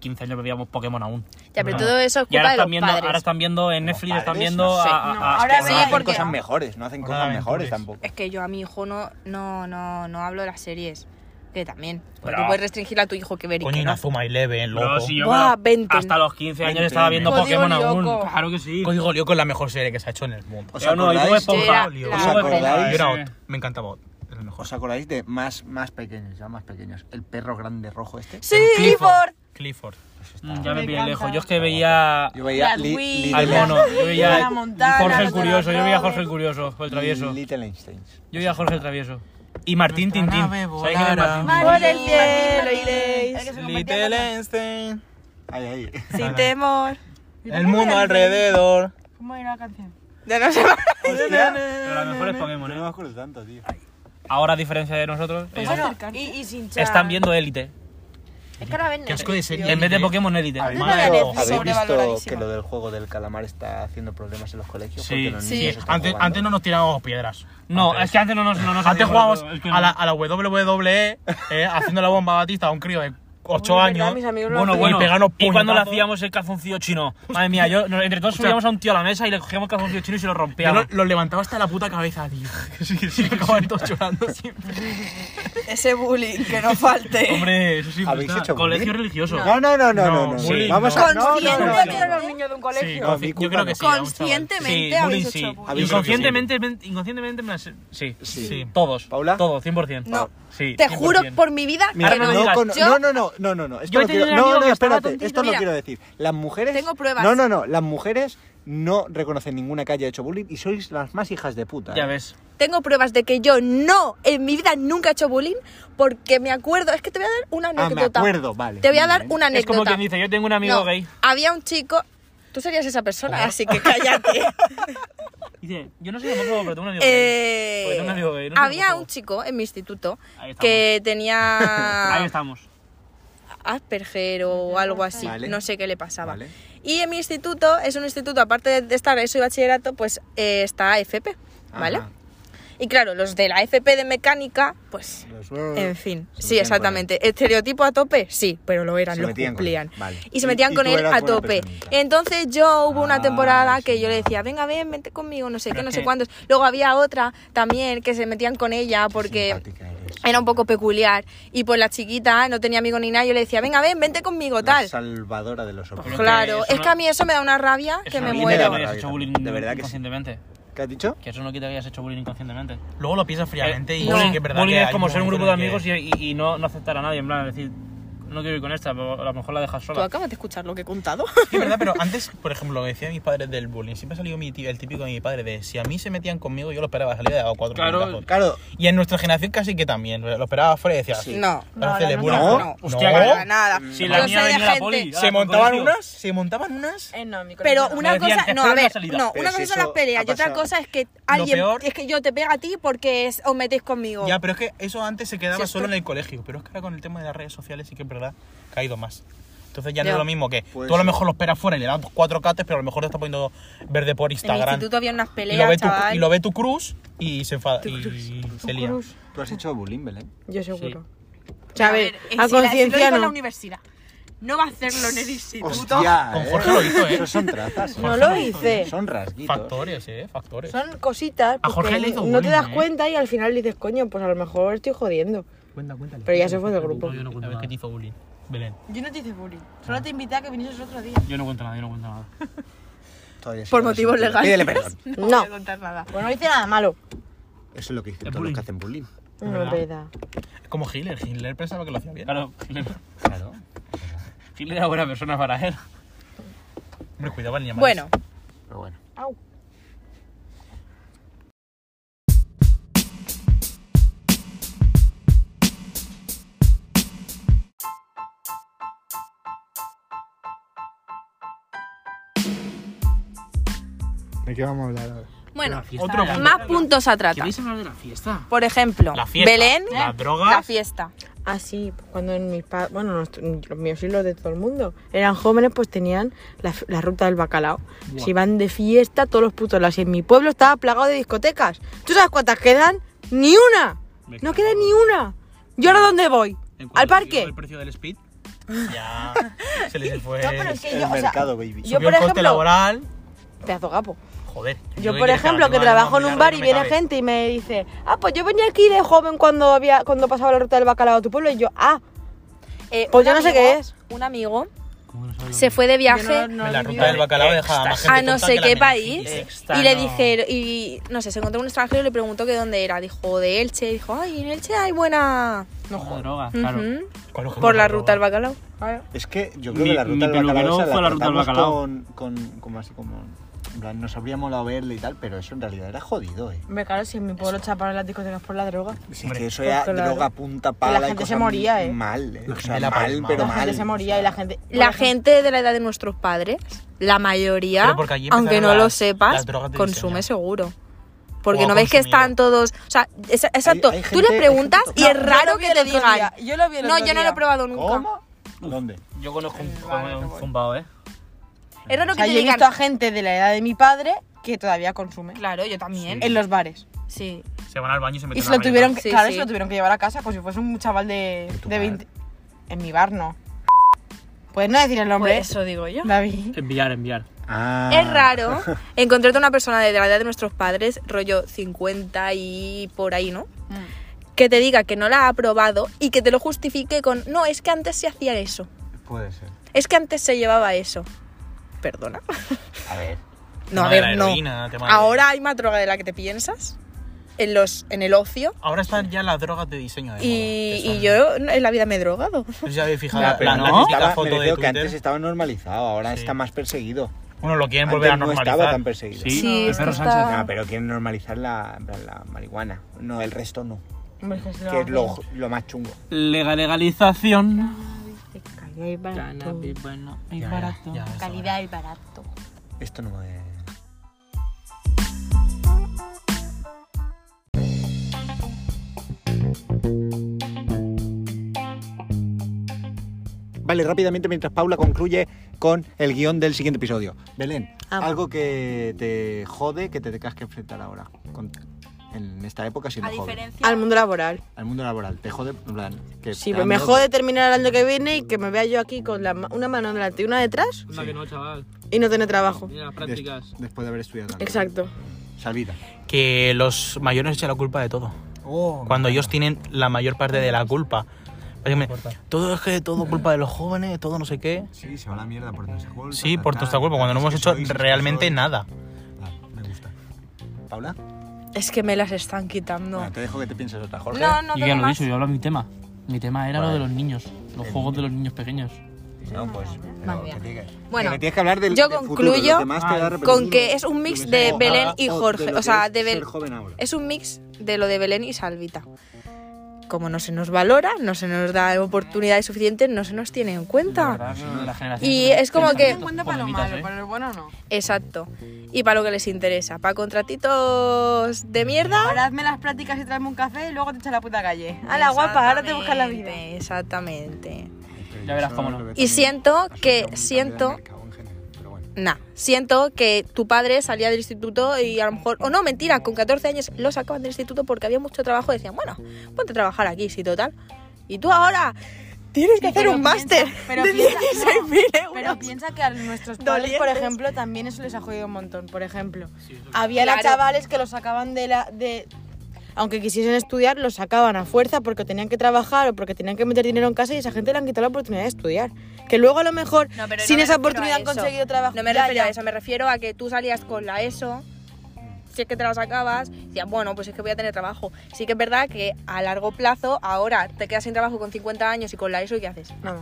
Speaker 1: 15 años veíamos Pokémon aún.
Speaker 3: ya, pero todo eso es
Speaker 1: Y ahora
Speaker 3: culpa de los
Speaker 1: están, viendo,
Speaker 3: padres.
Speaker 1: ahora están viendo en
Speaker 4: Los
Speaker 1: Netflix, están
Speaker 4: padres,
Speaker 1: viendo
Speaker 4: no
Speaker 1: a,
Speaker 4: sé.
Speaker 1: a-
Speaker 2: No,
Speaker 1: a-
Speaker 2: ahora
Speaker 1: a-
Speaker 2: sí,
Speaker 4: no hacen
Speaker 3: porque-
Speaker 4: cosas mejores, no hacen
Speaker 5: Ahora
Speaker 4: cosas
Speaker 5: aventuras.
Speaker 4: mejores tampoco.
Speaker 3: Es que yo a mi hijo no, no, no, no hablo de las series. Que también.
Speaker 1: Pero-
Speaker 3: Tú puedes restringirle a tu hijo que ver y
Speaker 5: Coño,
Speaker 3: que no.
Speaker 5: Inazuma Eleven, eh, loco.
Speaker 1: No, si yo
Speaker 3: Buah,
Speaker 1: me-
Speaker 3: Benten.
Speaker 1: hasta los 15 años
Speaker 4: Benten.
Speaker 1: estaba viendo
Speaker 3: Código
Speaker 1: Pokémon aún.
Speaker 3: Lyoko.
Speaker 1: Claro que sí.
Speaker 5: Código Lyoko es la mejor serie que se ha hecho en el mundo.
Speaker 4: ¿Os
Speaker 1: Yo no, yo tuve
Speaker 4: acordáis?
Speaker 3: Pokémon.
Speaker 1: Esponja.
Speaker 3: Era
Speaker 1: Yo
Speaker 3: la-
Speaker 1: tuve Esponja,
Speaker 4: acordáis?
Speaker 5: Yo era
Speaker 1: ese.
Speaker 5: Ot, me encantaba Ot, era el mejor.
Speaker 4: ¿Os acordáis de más, más pequeños, ya más pequeños? El perro grande rojo este.
Speaker 3: Sí,
Speaker 5: Clifford.
Speaker 3: Clifford.
Speaker 5: Clifford.
Speaker 4: Pues está-
Speaker 1: Mm, Ya me
Speaker 3: Me
Speaker 1: pillé lejos.
Speaker 3: encanta.
Speaker 1: Yo es que veía
Speaker 4: Yo veía
Speaker 3: Las
Speaker 4: Li-
Speaker 3: Wii,
Speaker 1: al
Speaker 4: Little,
Speaker 3: Liliana.
Speaker 1: mono. Yo veía
Speaker 3: Hannah Montana,
Speaker 1: Jorge el
Speaker 3: Lola
Speaker 1: Curioso. Yo veía a
Speaker 3: Flores.
Speaker 1: Jorge el Curioso, o el travieso. Yo
Speaker 4: Little Einstein.
Speaker 1: veía a Jorge el travieso. Y Martín
Speaker 5: Nuestra
Speaker 1: Tintín.
Speaker 5: nave
Speaker 1: ¿Sabéis quién es
Speaker 5: volará.
Speaker 1: Martín
Speaker 5: Mar-
Speaker 3: Por
Speaker 1: Tintín?
Speaker 3: el
Speaker 2: Martín,
Speaker 3: cielo
Speaker 2: Martín,
Speaker 3: iréis.
Speaker 2: Martín.
Speaker 5: Little Einstein.
Speaker 4: Ay, ay.
Speaker 3: Sin temor.
Speaker 5: El mundo alrededor.
Speaker 2: ¿Cómo era la canción?
Speaker 3: Ya no sé.
Speaker 1: Pero a lo mejor es Pokémon,
Speaker 4: No
Speaker 1: ¿eh?
Speaker 4: me acuerdo tanto, tío.
Speaker 1: Ahora, a diferencia de nosotros,
Speaker 3: Pues
Speaker 1: ellos
Speaker 2: Bueno, y, y sin chat.
Speaker 1: están viendo Élite.
Speaker 2: Es que ahora ven
Speaker 5: Qué asco de serie.
Speaker 1: En vez de Pokémon, Élite.
Speaker 4: ¿Habéis
Speaker 3: Madre
Speaker 4: visto,
Speaker 3: mía,
Speaker 4: habéis visto
Speaker 3: sobrevaloradísimo.
Speaker 4: que lo del juego del calamar está haciendo problemas en los colegios?
Speaker 1: Sí.
Speaker 4: Porque los
Speaker 1: Sí.
Speaker 4: niños están
Speaker 5: Antes,
Speaker 4: jugando.
Speaker 5: antes no nos tirábamos piedras.
Speaker 1: No, es que antes no nos... No nos
Speaker 5: Antes
Speaker 1: hacíamos
Speaker 5: jugábamos
Speaker 1: el que
Speaker 5: a la,
Speaker 1: no.
Speaker 5: a la WWE eh, haciendo la bomba batista a un crío de 8
Speaker 2: Uy, ¿verdad?
Speaker 5: años.
Speaker 2: Mis amigos lo
Speaker 1: Bueno,
Speaker 2: hacían.
Speaker 1: bueno.
Speaker 5: Y pegarnos
Speaker 1: y cuando le
Speaker 5: puñetazos.
Speaker 1: hacíamos el calzoncillo chino. Madre mía, yo, nos- entre todos subíamos a un tío a la mesa y le cogíamos el calzoncillo chino y se lo
Speaker 5: Yo
Speaker 1: rompíamos.
Speaker 5: lo, lo levantaba hasta la puta cabeza, tío. Que sí, que sí, que acababan todos llorando siempre.
Speaker 3: Ese bullying que no falte.
Speaker 1: Hombre, eso sí.
Speaker 4: ¿Habéis
Speaker 1: está.
Speaker 4: hecho
Speaker 1: Colegio
Speaker 4: bullying?
Speaker 1: religioso.
Speaker 4: No, no, no, no, no. no,
Speaker 1: sí,
Speaker 4: Vamos
Speaker 1: no.
Speaker 4: a. No, no,
Speaker 3: Consciente, Conscientemente.
Speaker 4: no,
Speaker 2: Consciente
Speaker 4: no.
Speaker 2: tirar a los niños de un
Speaker 1: Sí,
Speaker 2: colegio.
Speaker 4: No, mi
Speaker 1: conci- yo
Speaker 4: culpa
Speaker 1: creo que
Speaker 4: no.
Speaker 1: sí. a un chaval.
Speaker 3: Conscientemente
Speaker 1: Sí,
Speaker 3: habéis
Speaker 1: bullying,
Speaker 3: hecho
Speaker 1: sí.
Speaker 3: bullying.
Speaker 1: Inconscientemente, inconscientemente, en plan, sí. Sí.
Speaker 4: Sí.
Speaker 1: Todos.
Speaker 4: ¿Paula?
Speaker 1: Todos, 100%.
Speaker 3: No.
Speaker 1: Sí,
Speaker 3: Te juro
Speaker 1: 100%.
Speaker 3: por mi vida que
Speaker 4: Mira,
Speaker 1: Ahora no
Speaker 3: no.
Speaker 1: lo
Speaker 4: no,
Speaker 1: digas.
Speaker 4: con-
Speaker 3: Yo-
Speaker 4: no, no, no, no, no, no, esto
Speaker 1: Yo he
Speaker 4: lo
Speaker 1: tenido
Speaker 4: quiero,
Speaker 1: un amigo
Speaker 4: no, no,
Speaker 1: que estaba
Speaker 4: espérate,
Speaker 1: tontito.
Speaker 4: esto lo
Speaker 3: Mira.
Speaker 4: quiero decir. Las mujeres,
Speaker 3: Tengo pruebas.
Speaker 4: no, no, no, las mujeres no reconocen ninguna que haya hecho bullying y sois las más hijas de puta.
Speaker 1: Ya
Speaker 4: ¿eh?
Speaker 1: ves.
Speaker 3: Tengo pruebas de que yo no, en mi vida nunca he hecho bullying porque me acuerdo. Es que te voy a dar una
Speaker 4: Ah, me
Speaker 3: anécdota.
Speaker 4: acuerdo, vale,
Speaker 3: Te voy a
Speaker 4: muy
Speaker 3: dar
Speaker 4: bien.
Speaker 3: una
Speaker 1: Es
Speaker 3: anécdota.
Speaker 1: como quien dice, yo tengo un amigo
Speaker 3: No,
Speaker 1: gay.
Speaker 3: Había un chico. Tú serías esa persona, así que cállate.
Speaker 1: Dice, yo no soy homófobo, pero tengo un amigo gay.
Speaker 3: Eh,
Speaker 1: Porque pues no me digo gay, no sé
Speaker 3: había
Speaker 1: cómo.
Speaker 3: un chico en mi instituto
Speaker 1: Ahí estamos.
Speaker 3: que
Speaker 1: Ahí
Speaker 3: tenía
Speaker 1: estamos.
Speaker 3: Asperger o algo así,
Speaker 4: Vale.
Speaker 3: no sé qué le pasaba.
Speaker 4: Vale.
Speaker 3: Y en mi instituto, es un instituto, aparte de estar eso y bachillerato, pues eh, está FP, ¿vale?
Speaker 4: Ajá.
Speaker 3: Y claro, los de la FP de mecánica, pues...
Speaker 4: Los-
Speaker 3: En fin,
Speaker 4: Se
Speaker 3: sí,
Speaker 4: metían
Speaker 3: exactamente. ¿Estereotipo a tope? Sí, pero lo eran,
Speaker 4: Se
Speaker 3: lo
Speaker 4: metían con
Speaker 3: cumplían.
Speaker 4: él, vale.
Speaker 3: Y se
Speaker 4: Y-
Speaker 3: metían
Speaker 4: y
Speaker 3: con
Speaker 4: tú
Speaker 3: él
Speaker 4: eras
Speaker 3: a
Speaker 4: buena
Speaker 3: tope.
Speaker 4: personita.
Speaker 3: Entonces yo hubo una
Speaker 4: Ah,
Speaker 3: temporada que
Speaker 4: sí.
Speaker 3: yo le decía, venga, ven, vente conmigo, no sé
Speaker 1: Pero
Speaker 3: qué, no
Speaker 1: es
Speaker 3: sé
Speaker 1: que-
Speaker 3: cuántos. Luego había otra también que se metían con ella porque
Speaker 4: simpática eres.
Speaker 3: era un poco peculiar. Y pues la chiquita no tenía amigo ni nada, yo le decía, venga, ven, vente conmigo,
Speaker 4: La
Speaker 3: tal.
Speaker 4: salvadora de los hombres.
Speaker 1: Pero
Speaker 3: Claro,
Speaker 1: es que eso
Speaker 3: es que
Speaker 1: no-
Speaker 3: a mí eso me da una rabia que
Speaker 1: Eso
Speaker 3: me
Speaker 1: no
Speaker 4: me da
Speaker 1: quita
Speaker 3: muero.
Speaker 1: Que hayas
Speaker 4: rabia
Speaker 1: hecho
Speaker 4: también.
Speaker 1: bullying
Speaker 4: De verdad que sí.
Speaker 1: inconscientemente.
Speaker 4: ¿Qué has dicho?
Speaker 1: Que eso no quita que hayas hecho bullying inconscientemente.
Speaker 5: Luego lo piensas fríamente y
Speaker 1: Eh, bullying,
Speaker 5: sí que es verdad.
Speaker 1: bullying
Speaker 5: que
Speaker 1: es
Speaker 5: hay
Speaker 1: como ser un
Speaker 5: momento
Speaker 1: grupo de
Speaker 5: en el
Speaker 1: amigos
Speaker 5: que-
Speaker 1: y, y- y no, no aceptar a nadie, en plan, decir, no quiero ir con esta, pero a lo mejor la dejas
Speaker 3: Tú
Speaker 1: sola.
Speaker 3: acabas de escuchar lo que he contado.
Speaker 5: Sí, es verdad, pero antes, por ejemplo, lo que decían mis padres del bullying, siempre ha salido mi tío- el típico de mi padre de si a mí se metían conmigo, yo lo esperaba, salía de cuatro
Speaker 1: Claro.
Speaker 5: puñetazos.
Speaker 4: Claro,
Speaker 5: Y en nuestra generación casi que también, lo esperaba fuera y decía,
Speaker 4: Sí.
Speaker 3: No.
Speaker 5: para hacerle
Speaker 2: No,
Speaker 5: bullying.
Speaker 4: no,
Speaker 5: No,
Speaker 1: Hostia,
Speaker 3: Para nada.
Speaker 1: ¿Oh? Si
Speaker 3: Yo
Speaker 1: la
Speaker 3: soy
Speaker 1: mía
Speaker 3: de
Speaker 1: venía la
Speaker 3: gente-
Speaker 1: poli.
Speaker 5: Se montaban unas, se montaban unas.
Speaker 2: Eh, no, mi
Speaker 3: Pero
Speaker 2: colegio no.
Speaker 3: una
Speaker 1: Me decían,
Speaker 3: cosa,
Speaker 1: "Te
Speaker 3: no,
Speaker 1: espero
Speaker 3: a
Speaker 1: en la
Speaker 3: ver,
Speaker 1: salida".
Speaker 3: no,
Speaker 4: Pero
Speaker 3: una
Speaker 4: si
Speaker 3: cosa son
Speaker 4: eso
Speaker 3: las peleas
Speaker 4: ha
Speaker 3: y otra
Speaker 4: pasado.
Speaker 3: cosa es que alguien,
Speaker 5: peor-
Speaker 3: es que yo te pega a ti porque es, os metéis conmigo.
Speaker 5: Ya, pero es que eso antes se quedaba
Speaker 3: Sí, es
Speaker 5: solo en
Speaker 3: que-
Speaker 5: el colegio, pero es que ahora con el tema de las redes sociales sí que es verdad que ha ido más. Entonces ya no
Speaker 3: Ya.
Speaker 5: es lo mismo que
Speaker 4: Puede
Speaker 5: tú a lo
Speaker 4: ser.
Speaker 5: mejor lo esperas fuera y le das cuatro cates, pero a lo mejor te está poniendo verde por
Speaker 3: en el
Speaker 5: Instagram.
Speaker 3: instituto había unas
Speaker 5: y, lo
Speaker 3: peleas,
Speaker 5: ve tu,
Speaker 3: chaval.
Speaker 5: y lo ve tu cruz y se enfada. Y se lía.
Speaker 4: tú has hecho bullying, Belén.
Speaker 2: Yo seguro. O sea, a ver, a conciencia no.
Speaker 3: universidad. No va a hacerlo en el instituto.
Speaker 4: Hostia,
Speaker 5: Con
Speaker 4: eh.
Speaker 5: Jorge lo hizo, ¿eh?
Speaker 4: Eso son trazas.
Speaker 2: No lo hice.
Speaker 4: Son rasguitos.
Speaker 5: Factores, eh, factores.
Speaker 2: Son cositas
Speaker 5: A Jorge
Speaker 2: porque
Speaker 5: le hizo
Speaker 2: no te
Speaker 5: bullying,
Speaker 2: das
Speaker 5: ¿eh?
Speaker 2: cuenta y al final dices, coño, pues a lo mejor estoy jodiendo.
Speaker 5: Cuenta, cuéntale.
Speaker 2: Pero ya se fue del grupo.
Speaker 5: No, yo no cuento nada. te hizo bullying? Belén.
Speaker 2: Yo no te hice bullying. Solo te invité a que vinieses otro día.
Speaker 1: Yo no cuento nada, yo no cuento nada.
Speaker 4: Todavía sí
Speaker 3: Por
Speaker 4: lo
Speaker 3: motivos
Speaker 4: resentí.
Speaker 3: legales.
Speaker 4: Pídele perdón.
Speaker 2: No. No contar nada. Pues no hice nada malo.
Speaker 4: Eso es lo que dicen todos
Speaker 1: El
Speaker 4: los
Speaker 1: bullying.
Speaker 4: que hacen bullying.
Speaker 2: No, es verdad.
Speaker 5: Es como Hitler. Hitler pensaba que lo hacía bien.
Speaker 1: Claro, Hitler,
Speaker 4: Claro.
Speaker 1: Hitler era buena persona para él.
Speaker 5: Hombre, cuidado al niño.
Speaker 3: Bueno,
Speaker 4: Pero bueno.
Speaker 2: Au.
Speaker 6: ¿De qué vamos a hablar ahora?
Speaker 2: Eh,
Speaker 3: bueno,
Speaker 5: Otro punto.
Speaker 3: más puntos a tratar.
Speaker 1: ¿Queréis hablar de la fiesta?
Speaker 3: Por ejemplo,
Speaker 5: La fiesta.
Speaker 3: Belén,
Speaker 5: Las drogas.
Speaker 3: la fiesta.
Speaker 2: Ah, sí, pues cuando en mis padres, bueno, nuestro- los míos y los de todo el mundo, eran jóvenes, pues tenían la, f- la ruta del bacalao. Se iban de fiesta todos los putos lados. Y en mi pueblo estaba plagado de discotecas. ¿Tú sabes cuántas quedan? ¡Ni una!
Speaker 1: Me
Speaker 2: ¡No
Speaker 1: cago. Ah.
Speaker 2: queda ni una! ¿Y ahora dónde voy?
Speaker 5: En cuanto
Speaker 2: ¿Al
Speaker 5: subió
Speaker 2: parque?
Speaker 5: El precio del speed. Ya. se les fue.
Speaker 2: No, pero es que
Speaker 4: El
Speaker 2: yo, o sea,
Speaker 4: mercado, baby.
Speaker 5: Subió
Speaker 2: yo, por
Speaker 5: el coste
Speaker 2: ejemplo,
Speaker 5: laboral.
Speaker 2: pedazo gapo.
Speaker 1: Joder.
Speaker 2: Yo,
Speaker 1: que
Speaker 2: por
Speaker 1: quieres
Speaker 2: ejemplo,
Speaker 1: haga?
Speaker 2: que
Speaker 1: No, no,
Speaker 2: trabajo en
Speaker 1: no,
Speaker 2: un
Speaker 1: mira,
Speaker 2: bar
Speaker 1: no
Speaker 2: y
Speaker 1: me
Speaker 2: viene
Speaker 1: cabe.
Speaker 2: gente y me dice, ah, pues yo venía aquí de joven cuando había, cuando pasaba la ruta del bacalao a tu pueblo y yo, ah,
Speaker 3: Eh,
Speaker 2: Pues
Speaker 3: un
Speaker 2: yo no sé qué
Speaker 3: amigo-
Speaker 2: es.
Speaker 3: Un amigo
Speaker 1: ¿Cómo no sabes?
Speaker 3: se fue de viaje
Speaker 5: En la ruta del bacalao deja más gente
Speaker 3: a no
Speaker 5: tonta
Speaker 3: sé
Speaker 5: que la
Speaker 3: qué país
Speaker 5: meningitis.
Speaker 3: y le
Speaker 1: no.
Speaker 3: dijeron, y no sé, se encontró un extranjero y le preguntó que dónde era. Dijo de Elche. Y dijo, ay, en Elche hay buena.
Speaker 1: No joder. droga, claro.
Speaker 3: Ujú,
Speaker 5: Con los que
Speaker 3: Por
Speaker 5: me
Speaker 3: la
Speaker 5: roban.
Speaker 3: ruta al bacalao.
Speaker 4: Es que yo creo
Speaker 1: Mi-
Speaker 4: que la
Speaker 1: mi
Speaker 4: ruta del
Speaker 1: peluquero
Speaker 4: bacalao esa
Speaker 1: fue a la ruta del
Speaker 4: tratamos
Speaker 1: bacalao.
Speaker 4: Con, con, como así, como... en plan, Nos habría molado verle y tal, pero eso en realidad era jodido, ¿eh?
Speaker 2: me claro, si en mi pueblo chaparon las discotecas por la droga.
Speaker 4: Si es
Speaker 1: Hombre,
Speaker 4: que eso era
Speaker 2: pues claro.
Speaker 4: droga punta pala.
Speaker 2: la
Speaker 4: y
Speaker 2: gente se
Speaker 4: cosas
Speaker 2: moría, ¿eh?
Speaker 4: Mal, ¿eh? O sea,
Speaker 5: la
Speaker 4: mal,
Speaker 5: palmaba.
Speaker 4: pero
Speaker 2: la
Speaker 4: mal.
Speaker 2: gente se moría y la gente...
Speaker 3: La gente de la edad de nuestros padres, la mayoría,
Speaker 5: pues Pero porque allí empezaron
Speaker 3: aunque no lo
Speaker 5: las-
Speaker 3: sepas,
Speaker 5: las drogas de
Speaker 3: consume
Speaker 5: diseño.
Speaker 3: seguro.
Speaker 5: O
Speaker 3: Porque
Speaker 5: ha
Speaker 3: no ves que
Speaker 5: consumido.
Speaker 3: están todos. O sea, esa- exacto.
Speaker 4: hay
Speaker 3: Tú
Speaker 4: gente-
Speaker 3: les
Speaker 4: hay
Speaker 3: preguntas
Speaker 4: gente-
Speaker 3: y es raro que te digan.
Speaker 7: Yo lo vi el
Speaker 3: No,
Speaker 7: otro
Speaker 3: yo no lo
Speaker 7: día.
Speaker 3: he probado nunca.
Speaker 4: ¿Cómo? ¿Dónde?
Speaker 1: Yo conozco un, un zumbao, ¿eh?
Speaker 3: Es raro
Speaker 2: O sea,
Speaker 3: que te
Speaker 2: yo he
Speaker 3: digan.
Speaker 2: visto a gente de la edad de mi padre que todavía consume
Speaker 3: Claro, yo también.
Speaker 2: en los bares.
Speaker 3: Sí.
Speaker 1: Se van al baño y se meten
Speaker 2: Y se
Speaker 1: la
Speaker 2: lo
Speaker 1: reta.
Speaker 2: tuvieron que,
Speaker 3: Sí,
Speaker 2: claro,
Speaker 3: sí.
Speaker 2: se lo tuvieron que llevar a casa como si fuese un chaval de,
Speaker 4: tu
Speaker 2: de
Speaker 4: bar?
Speaker 2: 20. En mi bar no. Puedes no decir el nombre.
Speaker 3: Pues eso digo yo.
Speaker 2: David.
Speaker 1: Enviar, enviar.
Speaker 4: Ah.
Speaker 3: Es raro encontrarte una persona de la edad de nuestros padres, rollo 50 y por ahí, ¿no? Que te diga que no la ha probado y que te lo justifique con, no, es que antes se hacía eso,
Speaker 4: Ah, Puede ser.
Speaker 3: es que antes se llevaba eso. Perdona.
Speaker 4: A ver.
Speaker 3: No,
Speaker 5: Tema
Speaker 3: a
Speaker 5: de
Speaker 3: ver,
Speaker 5: la
Speaker 3: no.
Speaker 5: heroína, tema de-
Speaker 3: Ahora hay más droga de la que te piensas, en, los, en el ocio,
Speaker 5: Ahora están ya las drogas de diseño. de moda, que
Speaker 3: y,
Speaker 5: son-
Speaker 3: y yo en la vida me he drogado.
Speaker 5: No sé si habéis fijado
Speaker 4: Ya,
Speaker 5: la, la,
Speaker 4: Ah, pero no,
Speaker 5: típica
Speaker 4: estaba- me
Speaker 5: foto de
Speaker 4: refiero que
Speaker 5: Twitter.
Speaker 4: antes estaba normalizado, ahora está más perseguido.
Speaker 5: Uno lo quieren
Speaker 4: Antes
Speaker 5: volver a
Speaker 4: no
Speaker 5: normalizar.
Speaker 4: estaba tan perseguido.
Speaker 1: Sí,
Speaker 3: Sí,
Speaker 1: el perro
Speaker 3: esto
Speaker 1: Sánchez.
Speaker 3: está-
Speaker 4: No, pero quieren normalizar la, la marihuana. No, el resto no.
Speaker 2: Hombre, es que se lo
Speaker 4: que
Speaker 2: va
Speaker 4: es
Speaker 2: a
Speaker 4: lo, lo más chungo.
Speaker 1: Lega- legalización.
Speaker 2: hacer.
Speaker 5: Ya, ya, ya, eso.
Speaker 3: y barato.
Speaker 4: Esto no es. Vale, rápidamente mientras Paula concluye con el guión del siguiente episodio. Belén,
Speaker 2: Ah.
Speaker 4: algo que te jode que te tengas que enfrentar ahora con- en esta época siendo
Speaker 3: A
Speaker 4: joven.
Speaker 3: diferencia...
Speaker 2: Al mundo laboral.
Speaker 4: Al mundo laboral, te jode, en plan, que
Speaker 2: Sí, pues
Speaker 4: te da
Speaker 2: me
Speaker 4: miedo.
Speaker 2: jode terminar el año que viene y que me vea yo aquí con la ma- una mano delante y una detrás
Speaker 1: Anda que no, chaval.
Speaker 2: y no tener trabajo.
Speaker 1: Mira las
Speaker 4: Des-
Speaker 1: prácticas.
Speaker 4: después de haber estudiado. tanto.
Speaker 2: Exacto.
Speaker 4: Salida.
Speaker 5: Que los mayores echan la culpa de todo.
Speaker 4: Oh,
Speaker 5: Cuando ellos tienen la mayor parte de la culpa. Oye, me- Todo es que todo culpa de los jóvenes, todo no sé qué.
Speaker 4: Sí, se va a la mierda por nuestra culpa.
Speaker 5: Sí,
Speaker 4: tal,
Speaker 5: por
Speaker 4: tal,
Speaker 5: nuestra culpa,
Speaker 4: tal,
Speaker 5: cuando no
Speaker 4: es
Speaker 5: hemos
Speaker 4: que
Speaker 5: hecho
Speaker 4: sois, es que
Speaker 5: realmente
Speaker 4: sois.
Speaker 5: nada.
Speaker 4: Vale, Ah, me gusta. ¿Paula?
Speaker 3: Es que me las están quitando.
Speaker 4: Bueno, te dejo que te pienses otra, Jorge.
Speaker 3: No, no
Speaker 1: Yo ya
Speaker 3: tengo
Speaker 1: lo he
Speaker 3: más.
Speaker 1: dicho, yo hablo de mi tema. Mi tema era lo
Speaker 4: Vale.
Speaker 1: de los niños, los
Speaker 4: El
Speaker 1: juegos de los niños pequeños.
Speaker 4: No, pues. pero que tienes que-
Speaker 3: Bueno,
Speaker 4: que tienes que hablar del
Speaker 3: yo
Speaker 4: del futuro,
Speaker 3: concluyo
Speaker 4: lo que más te da
Speaker 3: con
Speaker 4: repetido.
Speaker 3: que es un mix de
Speaker 4: O-
Speaker 3: Belén y
Speaker 4: o de
Speaker 3: Jorge,
Speaker 4: lo
Speaker 3: o
Speaker 4: Ah, que
Speaker 3: sea,
Speaker 4: es
Speaker 3: de Bel-
Speaker 4: ser joven ahora.
Speaker 3: Es un mix de lo de Belén y Salvita. Como no se nos valora, no se nos da oportunidades suficientes, no se nos tiene en
Speaker 1: La
Speaker 3: cuenta.
Speaker 1: verdad que la generación
Speaker 3: Y
Speaker 1: de-
Speaker 3: es como que...
Speaker 2: Cuenta para lo
Speaker 1: Palomitas,
Speaker 2: malo,
Speaker 1: ¿eh?
Speaker 2: para lo bueno no.
Speaker 3: Exacto. Y para lo que les interesa. Para contratitos de mierda.
Speaker 2: Ahora hazme las prácticas y tráeme un café y luego te echa a la puta calle. A la guapa, ahora te buscas la vida.
Speaker 3: Exactamente.
Speaker 4: Pero
Speaker 1: Ya verás
Speaker 4: eso
Speaker 1: cómo no.
Speaker 4: lo veo
Speaker 3: Y
Speaker 4: también
Speaker 3: siento
Speaker 4: asociado
Speaker 3: que,
Speaker 4: mucho al
Speaker 3: siento...
Speaker 4: mercado en general, pero bueno.
Speaker 3: Nah, siento que tu padre salía del instituto y a lo mejor, o no, mentira, con 14 años lo sacaban del instituto porque había mucho trabajo y decían, bueno, ponte a trabajar aquí, sí, total. Y tú ahora tienes que hacer un máster
Speaker 2: pero
Speaker 3: de
Speaker 2: piensa-
Speaker 3: 16.000 euros.
Speaker 2: Pero piensa que a nuestros padres, por
Speaker 3: Dolientes.
Speaker 2: ejemplo, también eso les ha jodido un montón. Por ejemplo, había
Speaker 3: Claro.
Speaker 2: chavales que los sacaban de la. De, aunque quisiesen estudiar, los sacaban a fuerza porque tenían que trabajar o porque tenían que meter dinero en casa y esa gente le han quitado la oportunidad de estudiar. Que luego a lo mejor,
Speaker 3: No, pero no
Speaker 2: sin
Speaker 3: me refiero
Speaker 2: esa
Speaker 3: a
Speaker 2: oportunidad, han
Speaker 3: eso.
Speaker 2: conseguido trabajo.
Speaker 3: No me
Speaker 2: Ya,
Speaker 3: refiero a
Speaker 2: ya.
Speaker 3: eso, me refiero a que tú salías con la ESO, si es que te la sacabas, y decías, bueno, pues es que voy a tener trabajo. Sí que es verdad que a largo plazo, ahora te quedas sin trabajo con 50 años y con la ESO, ¿y qué haces?
Speaker 2: Nada.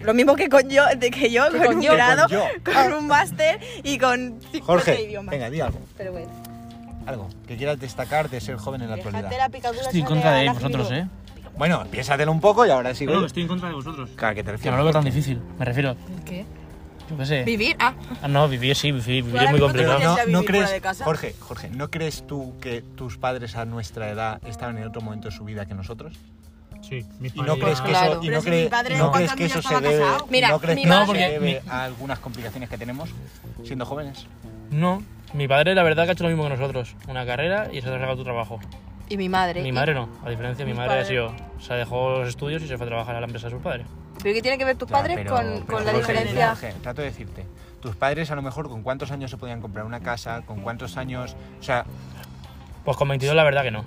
Speaker 3: Lo mismo que con yo, de que yo, con, un grado,
Speaker 4: yo.
Speaker 3: con un máster y con 50
Speaker 4: Jorge,
Speaker 3: idiomas.
Speaker 4: venga, di algo.
Speaker 3: Pero bueno.
Speaker 4: Algo que quieras destacar de ser joven en la actualidad.
Speaker 2: Déjate la picadura.
Speaker 1: Estoy en
Speaker 2: sale
Speaker 1: contra de
Speaker 2: al
Speaker 1: vosotros,
Speaker 2: ácido.
Speaker 1: ¿eh?
Speaker 4: Bueno, piénsatelo un poco y ahora sí.
Speaker 1: Claro que estoy en contra de vosotros.
Speaker 4: Claro, que te
Speaker 1: Que no
Speaker 4: refieres.
Speaker 1: lo veo tan difícil, me refiero.
Speaker 2: ¿Qué?
Speaker 1: Yo qué sé.
Speaker 7: Vivir, ah.
Speaker 1: Ah, no, vivir sí, vivir, vivir
Speaker 7: ahora
Speaker 1: es muy
Speaker 7: mismo te
Speaker 4: Pero
Speaker 1: complicado.
Speaker 7: podrías- ya
Speaker 4: no, no
Speaker 7: vivir fuera
Speaker 4: crees,
Speaker 7: de casa?
Speaker 4: Jorge, Jorge, ¿no crees tú que tus padres a nuestra edad estaban en otro momento de su vida que nosotros?
Speaker 5: Sí, mis
Speaker 4: ¿Y no crees que
Speaker 2: Claro.
Speaker 4: eso, y
Speaker 2: Pero
Speaker 4: no
Speaker 2: si
Speaker 4: cree-
Speaker 2: mi padre
Speaker 4: no
Speaker 2: Juan
Speaker 4: crees que
Speaker 2: Camilo
Speaker 4: eso se
Speaker 2: estaba
Speaker 4: debe,
Speaker 2: casado.
Speaker 3: Mira,
Speaker 4: no crees
Speaker 3: mi
Speaker 4: que eso
Speaker 3: madre-
Speaker 4: se
Speaker 1: No, porque
Speaker 4: debe a algunas complicaciones que tenemos siendo jóvenes?
Speaker 1: No, mi padre la verdad que ha hecho lo mismo que nosotros. Una carrera y se ha sacado tu trabajo.
Speaker 7: Y mi madre.
Speaker 1: Mi madre no, a diferencia, mi madre ha sido, se dejó los estudios y se fue a trabajar a la empresa de sus padres.
Speaker 3: ¿Pero qué tiene que ver tus
Speaker 4: Ya,
Speaker 3: padres
Speaker 4: pero-
Speaker 3: con,
Speaker 4: pero
Speaker 3: con la
Speaker 4: Jorge,
Speaker 3: diferencia?
Speaker 4: Jorge, trato de decirte. Tus padres a lo mejor con cuántos años se podían comprar una casa, con cuántos años... O sea,
Speaker 1: Pues con 22 la verdad que no.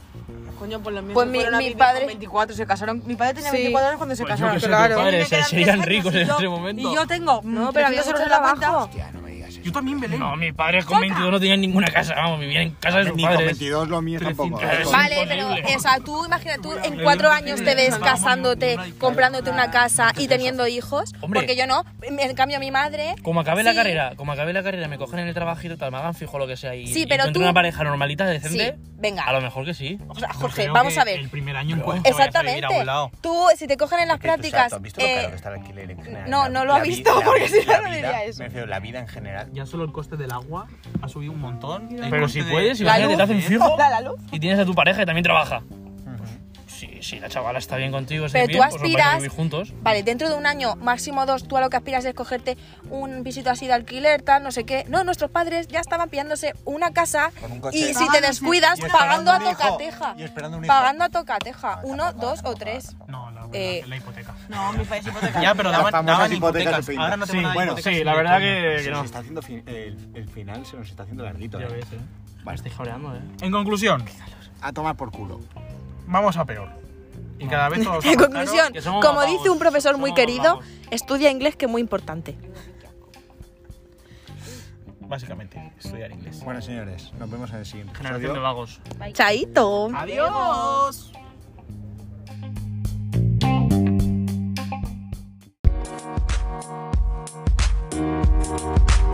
Speaker 2: Coño, pues los míos
Speaker 3: Pues
Speaker 2: se
Speaker 3: mi-
Speaker 2: fueron a
Speaker 3: mi
Speaker 2: vivir
Speaker 3: padre-
Speaker 2: con 24, se casaron. Mi padre tenía
Speaker 3: Sí.
Speaker 2: 24 años cuando se
Speaker 1: Pues yo
Speaker 2: casaron.
Speaker 1: que sé,
Speaker 2: claro.
Speaker 1: tus padres
Speaker 2: Y me quedan
Speaker 1: se-
Speaker 2: tres
Speaker 1: serían
Speaker 2: años
Speaker 1: ricos
Speaker 2: y
Speaker 1: en
Speaker 2: yo-
Speaker 1: ese momento.
Speaker 2: Y yo tengo. Mm,
Speaker 3: No, pero había
Speaker 2: 300
Speaker 3: mucho
Speaker 2: euros en la cuenta.
Speaker 3: trabajo.
Speaker 4: ya no me digas eso.
Speaker 5: Yo también, Belén. No, mis padres con 22 no tenían ninguna casa, vamos, vivían en casa de sus
Speaker 8: Ni con
Speaker 5: padres.
Speaker 8: 22 lo mío tampoco. ¿eh?
Speaker 5: Eso es
Speaker 3: Vale, pero
Speaker 5: imposible.
Speaker 3: o sea, tú imagina, tú en cuatro años te ves casándote, comprándote una casa y teniendo hijos,
Speaker 1: Hombre.
Speaker 3: porque yo no. En cambio, mi madre.
Speaker 1: Como acabe la
Speaker 3: sí,
Speaker 1: carrera, como acabe la carrera, me cogen en el trabajito, tal, me hagan fijo lo que sea y
Speaker 3: Sí,
Speaker 1: y
Speaker 3: pero
Speaker 1: encuentro
Speaker 3: tú-
Speaker 1: una pareja normalita,
Speaker 3: Sí,
Speaker 1: decente,
Speaker 3: venga.
Speaker 1: a lo mejor que sí.
Speaker 3: O sea, Jorge, vamos a ver.
Speaker 1: primer año
Speaker 3: Exactamente. Tú, si te cogen en las
Speaker 4: Es que tú sabes,
Speaker 3: prácticas.
Speaker 4: ¿tú has visto lo
Speaker 3: eh,
Speaker 4: caro que está el alquiler en general?
Speaker 3: no,
Speaker 4: La-
Speaker 3: no lo ha
Speaker 4: la vi-
Speaker 3: visto,
Speaker 4: la-
Speaker 3: porque si no,
Speaker 4: la
Speaker 3: no
Speaker 4: vida-
Speaker 3: diría eso.
Speaker 4: Me refiero, la vida en general.
Speaker 1: Ya solo el coste del agua ha subido un montón.
Speaker 5: Pero
Speaker 1: Pero
Speaker 5: si
Speaker 1: si
Speaker 5: puedes,
Speaker 1: puedes,
Speaker 3: La
Speaker 1: imagínate, te hacen
Speaker 3: luz.
Speaker 1: fijo
Speaker 3: La- la luz.
Speaker 1: y tienes a tu pareja que también trabaja. Sí, sí, la chavala está bien contigo, está
Speaker 3: Pero
Speaker 1: bien,
Speaker 3: tú
Speaker 1: pues os vais a
Speaker 3: aspiras-
Speaker 1: vivir juntos.
Speaker 3: Vale, dentro de un año, máximo dos, tú a lo que aspiras es cogerte un pisito así de alquiler, tal, no sé qué. No, nuestros padres ya estaban pillándose una casa
Speaker 4: Con un coche.
Speaker 3: y si te descuidas,
Speaker 4: Y esperando
Speaker 3: pagando a
Speaker 4: un hijo,
Speaker 3: tocateja.
Speaker 4: y esperando un hijo.
Speaker 3: Pagando a tocateja.
Speaker 4: Ah,
Speaker 3: Uno,
Speaker 4: tampoco,
Speaker 3: dos o
Speaker 4: tampoco,
Speaker 3: tres.
Speaker 4: tampoco.
Speaker 1: No, la,
Speaker 3: Eh, la
Speaker 1: hipoteca.
Speaker 2: No, mi padre es hipotecario.
Speaker 1: Ya, pero
Speaker 9: Las
Speaker 1: daban,
Speaker 9: famosas
Speaker 1: daban
Speaker 9: hipotecas
Speaker 1: hipotecas.
Speaker 9: se
Speaker 1: Ahora no te
Speaker 5: Sí,
Speaker 1: van a dar
Speaker 5: bueno,
Speaker 1: hipotecas
Speaker 5: sí,
Speaker 1: sin
Speaker 5: la verdad
Speaker 1: retorno.
Speaker 5: que,
Speaker 9: Se
Speaker 5: que no.
Speaker 9: nos está haciendo fi- el, el final se nos está haciendo larguito.
Speaker 1: Ya
Speaker 9: ¿eh?
Speaker 1: ves, eh.
Speaker 5: Vale, estoy jaureando, eh. En conclusión,
Speaker 8: A tomar por culo.
Speaker 5: vamos a peor. Y cada vez todos.
Speaker 3: En conclusión,
Speaker 1: que somos
Speaker 3: como
Speaker 1: vagos,
Speaker 3: dice un profesor muy
Speaker 1: somos
Speaker 3: querido,
Speaker 1: vagos.
Speaker 3: estudia inglés que es muy importante.
Speaker 1: Básicamente, estudiar inglés.
Speaker 9: Bueno, señores, nos vemos en el siguiente
Speaker 5: Generación de
Speaker 9: episodio.
Speaker 5: vagos.
Speaker 3: Chaito.
Speaker 5: Adiós.